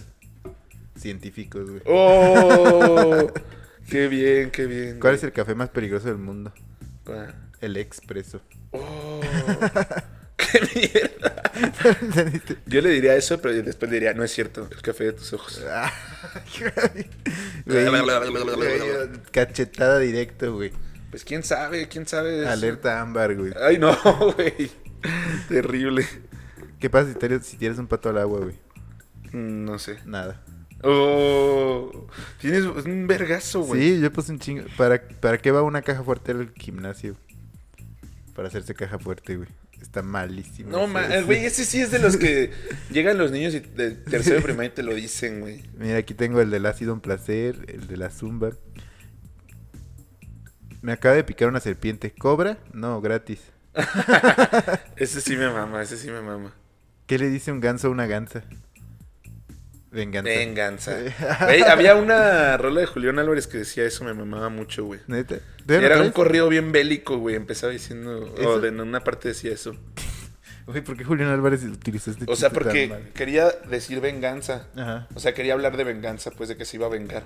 A: Científicos, güey.
B: ¡Oh! ¡Qué bien, qué bien!
A: ¿Cuál
B: güey.
A: es el café más peligroso del mundo?
B: Ah.
A: El expreso.
B: Oh, ¡Qué mierda! Yo le diría eso, pero después le diría, no es cierto, el café de tus ojos.
A: Ah, güey. Güey, Cachetada directo, güey.
B: Pues quién sabe, quién sabe. eso?
A: Alerta ámbar, güey.
B: Ay, no, güey. Terrible.
A: ¿Qué pasa si, te- si tienes un pato al agua, güey?
B: Mm, No sé.
A: Nada.
B: Oh, tienes un vergazo, güey.
A: Sí, yo puse un chingo. ¿Para, ¿Para qué va una caja fuerte al gimnasio? Para hacerse caja fuerte, güey. Está malísimo.
B: No,
A: eso,
B: ma- güey, ese sí es de los que llegan los niños y de tercero de primaria y te lo dicen, güey.
A: Mira, aquí tengo el del ácido en placer, el de la zumba. Me acaba de picar una serpiente. ¿Cobra? No, gratis.
B: Ese sí me mama, ese sí me mama.
A: ¿Qué le dice un ganso a una gansa? Venganza.
B: Venganza. Güey, había una rola de Julián Álvarez que decía eso, me mamaba mucho, güey.
A: ¿Neta? ¿Todavía no
B: Era un
A: traes?
B: corrido bien bélico, güey. Empezaba diciendo. O
A: Eso-
B: de, en una parte decía eso.
A: Güey, ¿por qué Julián Álvarez utilizó este
B: O sea,
A: chiste tan
B: porque
A: mal?
B: quería decir venganza.
A: Ajá.
B: O sea, quería hablar de venganza, pues de que se iba a vengar.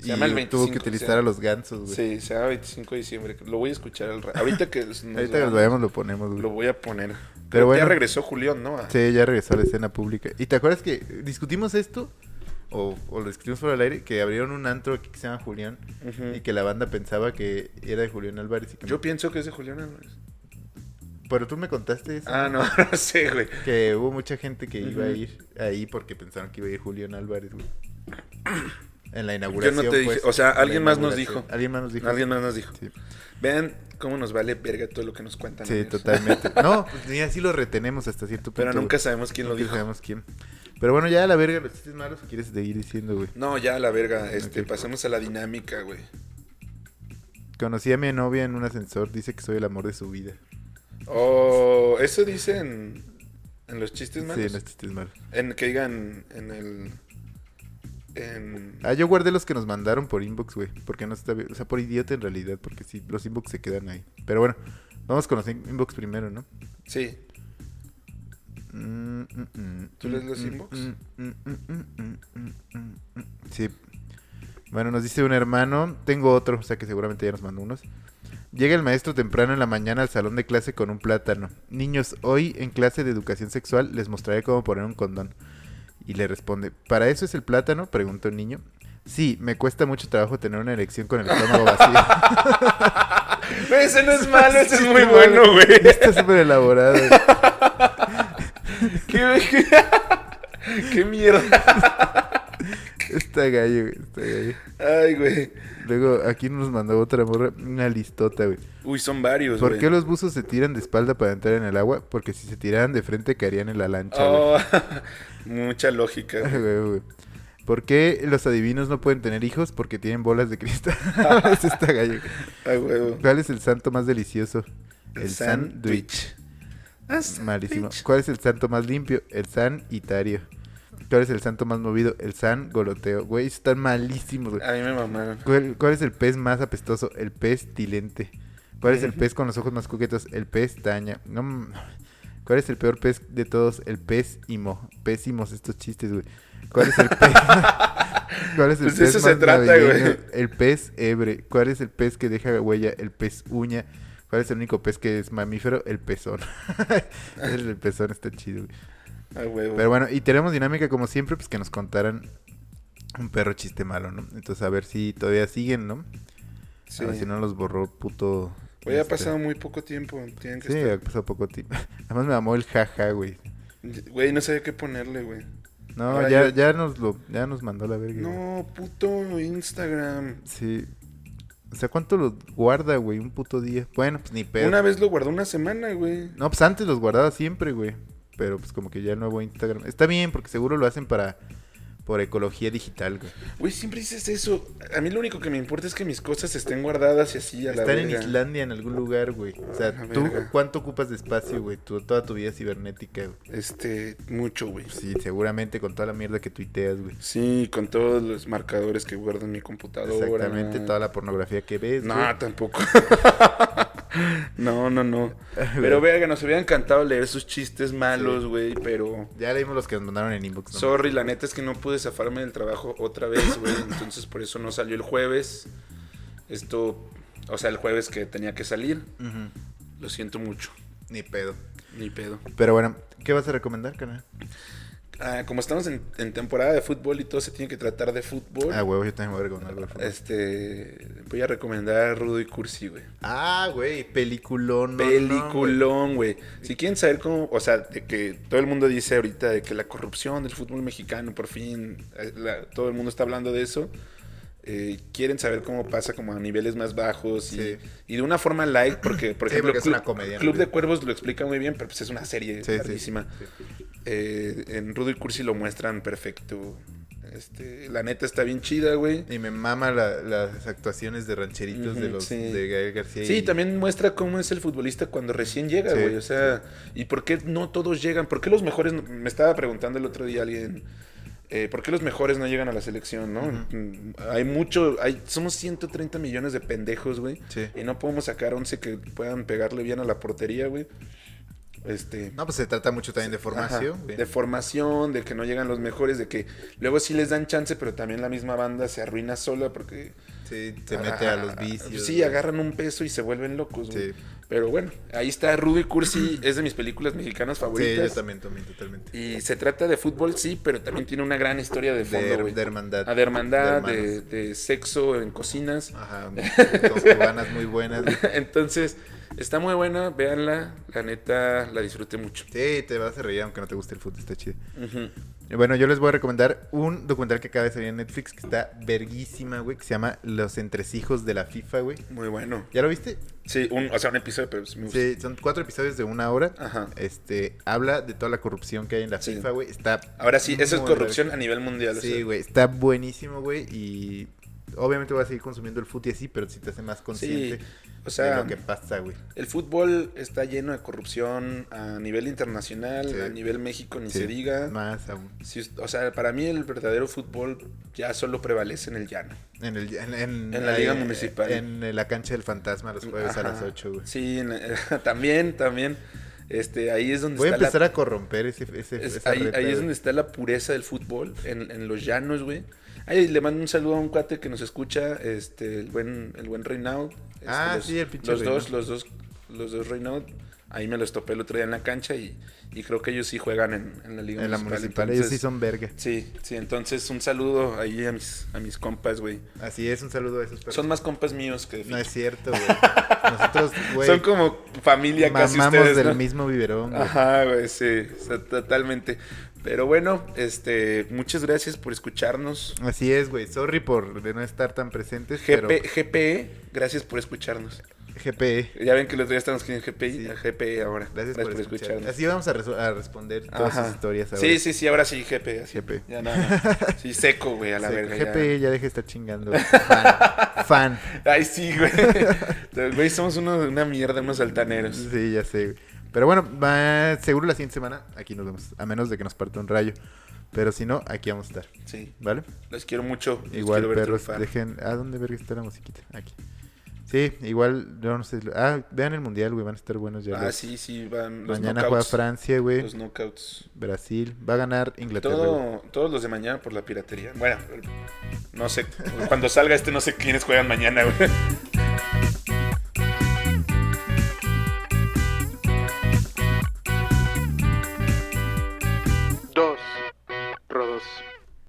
B: Se llama el
A: Y
B: 25.
A: tuvo que utilizar a
B: se llama-
A: los gansos, güey.
B: Sí, se llama 25 de diciembre. Lo voy a escuchar al ra- Ahorita que. nos
A: Ahorita que nos
B: veamos,
A: vayamos lo ponemos, güey.
B: Lo voy a poner. Pero
A: bueno.
B: Ya regresó Julián, ¿no? A-
A: Sí, ya regresó a la escena pública. ¿Y te acuerdas que discutimos esto? O, o lo discutimos fuera del aire, que abrieron un antro aquí que se llama Julián
B: Ujú.
A: y que la banda pensaba que era de Julián Álvarez. Y que
B: Yo pienso que es de Julián Álvarez.
A: Pero tú me contaste eso.
B: Ah, no, no sé, güey.
A: Que hubo mucha gente que iba a
B: Ujú.
A: ir ahí porque pensaron que iba a ir Julián Álvarez, güey. En la inauguración.
B: Yo no te dije,
A: pues,
B: o sea,
A: en la
B: alguien más nos
A: inauguración.
B: dijo.
A: Alguien más nos dijo.
B: Alguien más nos dijo.
A: Sí.
B: Vean cómo nos vale verga todo lo que nos cuentan.
A: Sí,
B: amigos.
A: totalmente. No, pues ni así lo retenemos hasta cierto punto.
B: Pero nunca
A: güey.
B: sabemos quién lo
A: Nunca
B: dijo.
A: sabemos quién. Pero bueno, ya a la verga, los chistes malos, ¿quieres seguir diciendo, güey?
B: No, ya a la verga, este,
A: Ok.
B: pasemos a la dinámica, güey.
A: Conocí a mi novia en un ascensor, dice que soy el amor de su vida.
B: Oh, eso dicen en los chistes
A: Sí,
B: malos.
A: los chistes malos.
B: En que digan en el en
A: Ah, yo guardé los que nos mandaron por inbox, güey. Porque no está bien. O sea, por idiota en realidad, porque sí, los inbox se quedan ahí. Pero bueno, vamos con los in- inbox primero, ¿no?
B: sí,
A: Mm, mm, mm,
B: ¿Tú lees
A: mm,
B: los
A: mm,
B: inbox?
A: mm, mm, mm, mm, mm, mm, mm, mm. Sí. Bueno, nos dice un hermano, tengo otro, o sea que seguramente ya nos mandó unos. Llega el maestro temprano en la mañana al salón de clase con un plátano. Niños, hoy en clase de educación sexual les mostraré cómo poner un condón. Y le responde, ¿para eso es el plátano? Pregunta un niño. Sí, me cuesta mucho trabajo tener una erección con el estómago vacío.
B: No, ese no es malo, ese es muy
A: Sí,
B: bueno, güey.
A: Está súper elaborado. güey.
B: ¿Qué, qué- qué mierda.
A: Está gallo, güey, está gallo.
B: Ay, güey.
A: Luego aquí nos mandó otra morra, una listota, güey.
B: Uy, son varios,
A: ¿Por
B: Pues, güey.
A: qué los buzos se tiran de espalda para entrar en el agua? Porque si se tiraran de frente caerían en la lancha, güey.
B: Oh, mucha lógica. güey.
A: Güey, güey. ¿Por qué los adivinos no pueden tener hijos? Porque tienen bolas de cristal. Eso está gallo.
B: A huevo.
A: ¿Cuál es el santo más delicioso? El sándwich.
B: sándwich. Ah, sándwich.
A: Malísimo. ¿Cuál es el santo más limpio? El san itario. ¿Cuál es el santo más movido? El san goloteo. Güey, están malísimos, güey.
B: A mí me mamaron.
A: ¿Cuál, cuál es el pez más apestoso? El pez tilente. ¿Cuál es el pez con los ojos más coquetos? El pez taña. No, mm. ¿Cuál es el peor pez de todos? El pez imo. Pésimos estos chistes, güey. ¿Cuál es el pez? ¿Cuál es el
B: Pues de
A: pez
B: eso se
A: más
B: trata,
A: navideño?
B: güey.
A: El pez hebre. ¿Cuál es el pez que deja huella? El pez uña. ¿Cuál es el único pez que es mamífero? El pezón. el pezón está chido, güey.
B: A huevo.
A: Pero bueno, y tenemos dinámica como siempre, pues que nos contaran un perro chiste malo, ¿no? Entonces a ver si todavía siguen, ¿no?
B: Sí.
A: A ver si no los borró el puto.
B: Oye, ha
A: este,
B: pasado este muy poco tiempo. Tienen que
A: Sí,
B: estar-
A: ha pasado poco tiempo. Además me amó el jaja, güey. eh.
B: Güey, no sabía qué ponerle, güey.
A: No,
B: Ahora
A: ya,
B: yo-
A: ya nos lo, ya nos mandó la verga. güey.
B: No, puto Instagram.
A: Sí. O sea, ¿cuánto los guarda, güey? Un puto día. Bueno, pues ni pedo.
B: Una vez lo guardó una semana, güey.
A: No, pues antes los guardaba siempre, güey. Pero pues como que ya el nuevo Instagram. Está bien, porque seguro lo hacen para. Por ecología digital, güey.
B: Güey, siempre dices eso. A mí lo único que me importa es que mis cosas estén guardadas y así a la
A: Están en
B: verga.
A: Islandia, en algún lugar, güey. O sea,
B: Ah, la
A: ¿tú
B: verga.
A: cuánto ocupas de espacio, güey? Tu- toda tu vida cibernética, güey.
B: Este, mucho, güey.
A: Sí, seguramente con toda la mierda que tuiteas, güey.
B: Sí, con todos los marcadores que guardo en mi computadora.
A: Exactamente, toda la pornografía que ves. güey.
B: No, tampoco. no, no, no. Pero verga, nos hubiera encantado leer sus chistes malos, güey, pero...
A: Ya leímos los que nos mandaron en inbox. ¿no?
B: Sorry, la neta es que no pude zafarme del trabajo otra vez, güey. Entonces por eso no salió el jueves. Esto, o sea, el jueves que tenía que salir.
A: Ujú,
B: Lo siento mucho.
A: Ni pedo.
B: Ni pedo.
A: Pero bueno, ¿qué vas a recomendar, canal?
B: Ah, como estamos en, en temporada de fútbol y todo se tiene que tratar de fútbol.
A: Ah, huevo, yo también voy a recomendar algo de fútbol.
B: este, voy a recomendar Rudo y Cursi, güey.
A: Ah, güey, peliculón. no, no, güey.
B: Peliculón, güey. Si quieren saber cómo, o sea, de que todo el mundo dice ahorita de que la corrupción del fútbol mexicano, por fin, eh, la- todo el mundo está hablando de eso. eh, quieren saber cómo pasa como a niveles más bajos y,
A: Sí.
B: y de una forma light, porque por
A: Sí,
B: ejemplo
A: porque es
B: Clu-
A: una comedia, ¿no?
B: Club de Cuervos lo explica muy bien, pero pues es una serie
A: Sí, sí.
B: larguísima. Eh, en Rudo y Cursi lo muestran perfecto. Este, la neta está bien chida, güey.
A: Y me mama la- las actuaciones de rancheritos de
B: Ujú,
A: los
B: sí.
A: de Gael García.
B: Sí,
A: y-
B: también muestra cómo es el futbolista cuando recién llega,
A: Sí.
B: güey. O sea, ¿y por qué no todos llegan? ¿Por qué los mejores? no- Me estaba preguntando el otro día alguien. eh, ¿Por qué los mejores no llegan a la selección, no?
A: Ujú.
B: Mm, Hay mucho, hay, somos 130 millones de pendejos, güey.
A: Sí.
B: Y no podemos sacar 11 que puedan pegarle bien a la portería, güey. Este,
A: No, pues se trata mucho también de formación.
B: Ajá,
A: güey.
B: de formación, de que no llegan los mejores, de que luego sí les dan chance, pero también la misma banda se arruina sola porque
A: Sí, se mete a los
B: Ah,
A: vicios.
B: Sí,
A: güey.
B: agarran un peso y se vuelven locos, güey.
A: Sí.
B: Pero bueno, ahí está Rudy Cursi, es de mis películas mexicanas
A: Sí,
B: favoritas.
A: yo también, también, totalmente.
B: Y se trata de fútbol, sí, pero también tiene una gran historia
A: De,
B: de fondo, güey.
A: de hermandad.
B: Ah, de hermandad,
A: de
B: de,
A: hermanos.
B: de sexo en cocinas.
A: Ajá, con cubanas muy buenas. güey.
B: Entonces, está muy buena, véanla, la neta, la disfruté mucho.
A: Sí, te vas a reír aunque no te guste el fútbol, está chido.
B: Ujú.
A: Bueno, yo les voy a recomendar un documental que acaba de salir en Netflix que está verguísima, güey, que se llama Los entresijos de la FIFA, güey.
B: Muy bueno.
A: ¿Ya lo viste?
B: Sí, un, o sea, un episodio, pero es muy
A: Sí, son cuatro episodios de una hora.
B: Ajá.
A: Este, habla de toda la corrupción que hay en la
B: Ah. Sí.
A: FIFA, güey. Está
B: Ahora sí, eso es
A: muy
B: corrupción a nivel mundial. o
A: Sí,
B: sea.
A: güey, está buenísimo, güey. Y obviamente voy a seguir consumiendo el fútbol y así, pero sí te hace más consciente
B: O
A: de
B: sea,
A: lo que pasa, güey.
B: el fútbol está lleno de corrupción a nivel internacional,
A: Sí.
B: a nivel México ni
A: Sí,
B: se diga.
A: Más aún.
B: Si us- o sea, para mí el verdadero fútbol ya solo prevalece en el llano.
A: En, el- en- en-
B: En la liga
A: eh,
B: municipal.
A: En la cancha del fantasma los jueves a
B: Ajá.
A: las 8, güey.
B: Sí, en la- también, también. Este, ahí es donde
A: Voy a
B: está la-
A: empezar a corromper ese, ese
B: es-
A: esa
B: ahí,
A: reta,
B: ahí es
A: güey.
B: donde está la pureza del fútbol, en, en los llanos, güey. Ahí le mando un saludo a un cuate que nos escucha, este, el buen, el buen Reynaud. Este,
A: Ah, sí, el pinche
B: Los dos,
A: Reynaud.
B: los dos, los dos Reynaud. Ahí me los topé el otro día en la cancha y, y creo que ellos sí juegan en, en la liga
A: En la municipal, ellos sí
B: entonces-
A: son verga.
B: Sí, sí, entonces un saludo ahí a mis, a mis compas, güey.
A: Así es, un saludo a esos perros.
B: Son más compas míos que de
A: No
B: Fitch.
A: es cierto, güey. Nosotros, güey,
B: Son como familia casi
A: mamamos
B: ustedes,
A: del
B: ¿no?
A: mismo biberón, güey.
B: Ajá, güey, sí, o sea, totalmente. Pero bueno, este, muchas gracias por escucharnos.
A: Así es, güey. Sorry por de no estar tan presentes,
B: GP,
A: pero
B: GPE, E, gracias por escucharnos.
A: GPE.
B: Ya ven que los otro día estábamos escribiendo GPI,
A: Sí.
B: E, a GPE ahora.
A: Gracias, E, por, escuchar. Así vamos a, resu- a responder todas
B: Ajá.
A: sus historias ahora. E.
B: Sí, sí, sí, ahora sí, GPE. así.
A: GPE.
B: Ya nada. más. Sí, seco, güey, a la
A: Sí,
B: verga. ya.
A: GPE ya deja de estar chingando. güey. Fan. Fan.
B: Ay, sí, güey. Entonces, Güey, somos uno- una mierda, unos altaneros.
A: Sí, ya sé. güey. Pero bueno, va, seguro la siguiente semana aquí nos vemos. A menos de que nos parta un rayo. Pero si no, aquí vamos a estar.
B: Sí,
A: ¿Vale?
B: los quiero mucho. los
A: Igual,
B: quiero ver
A: perros,
B: triunfar.
A: dejen. ¿A dónde verga está la musiquita? Aquí. Sí, igual, yo no sé. Ah, vean el mundial, güey, van a estar buenos ya.
B: Ah,
A: los-
B: sí, sí, van los
A: Mañana juega
B: knockouts.
A: Francia, güey.
B: Los knockouts.
A: Brasil. Va a ganar Inglaterra. güey.
B: Todo, todos los de mañana por la piratería. Bueno, no sé. Cuando salga este, no sé quiénes juegan mañana, güey.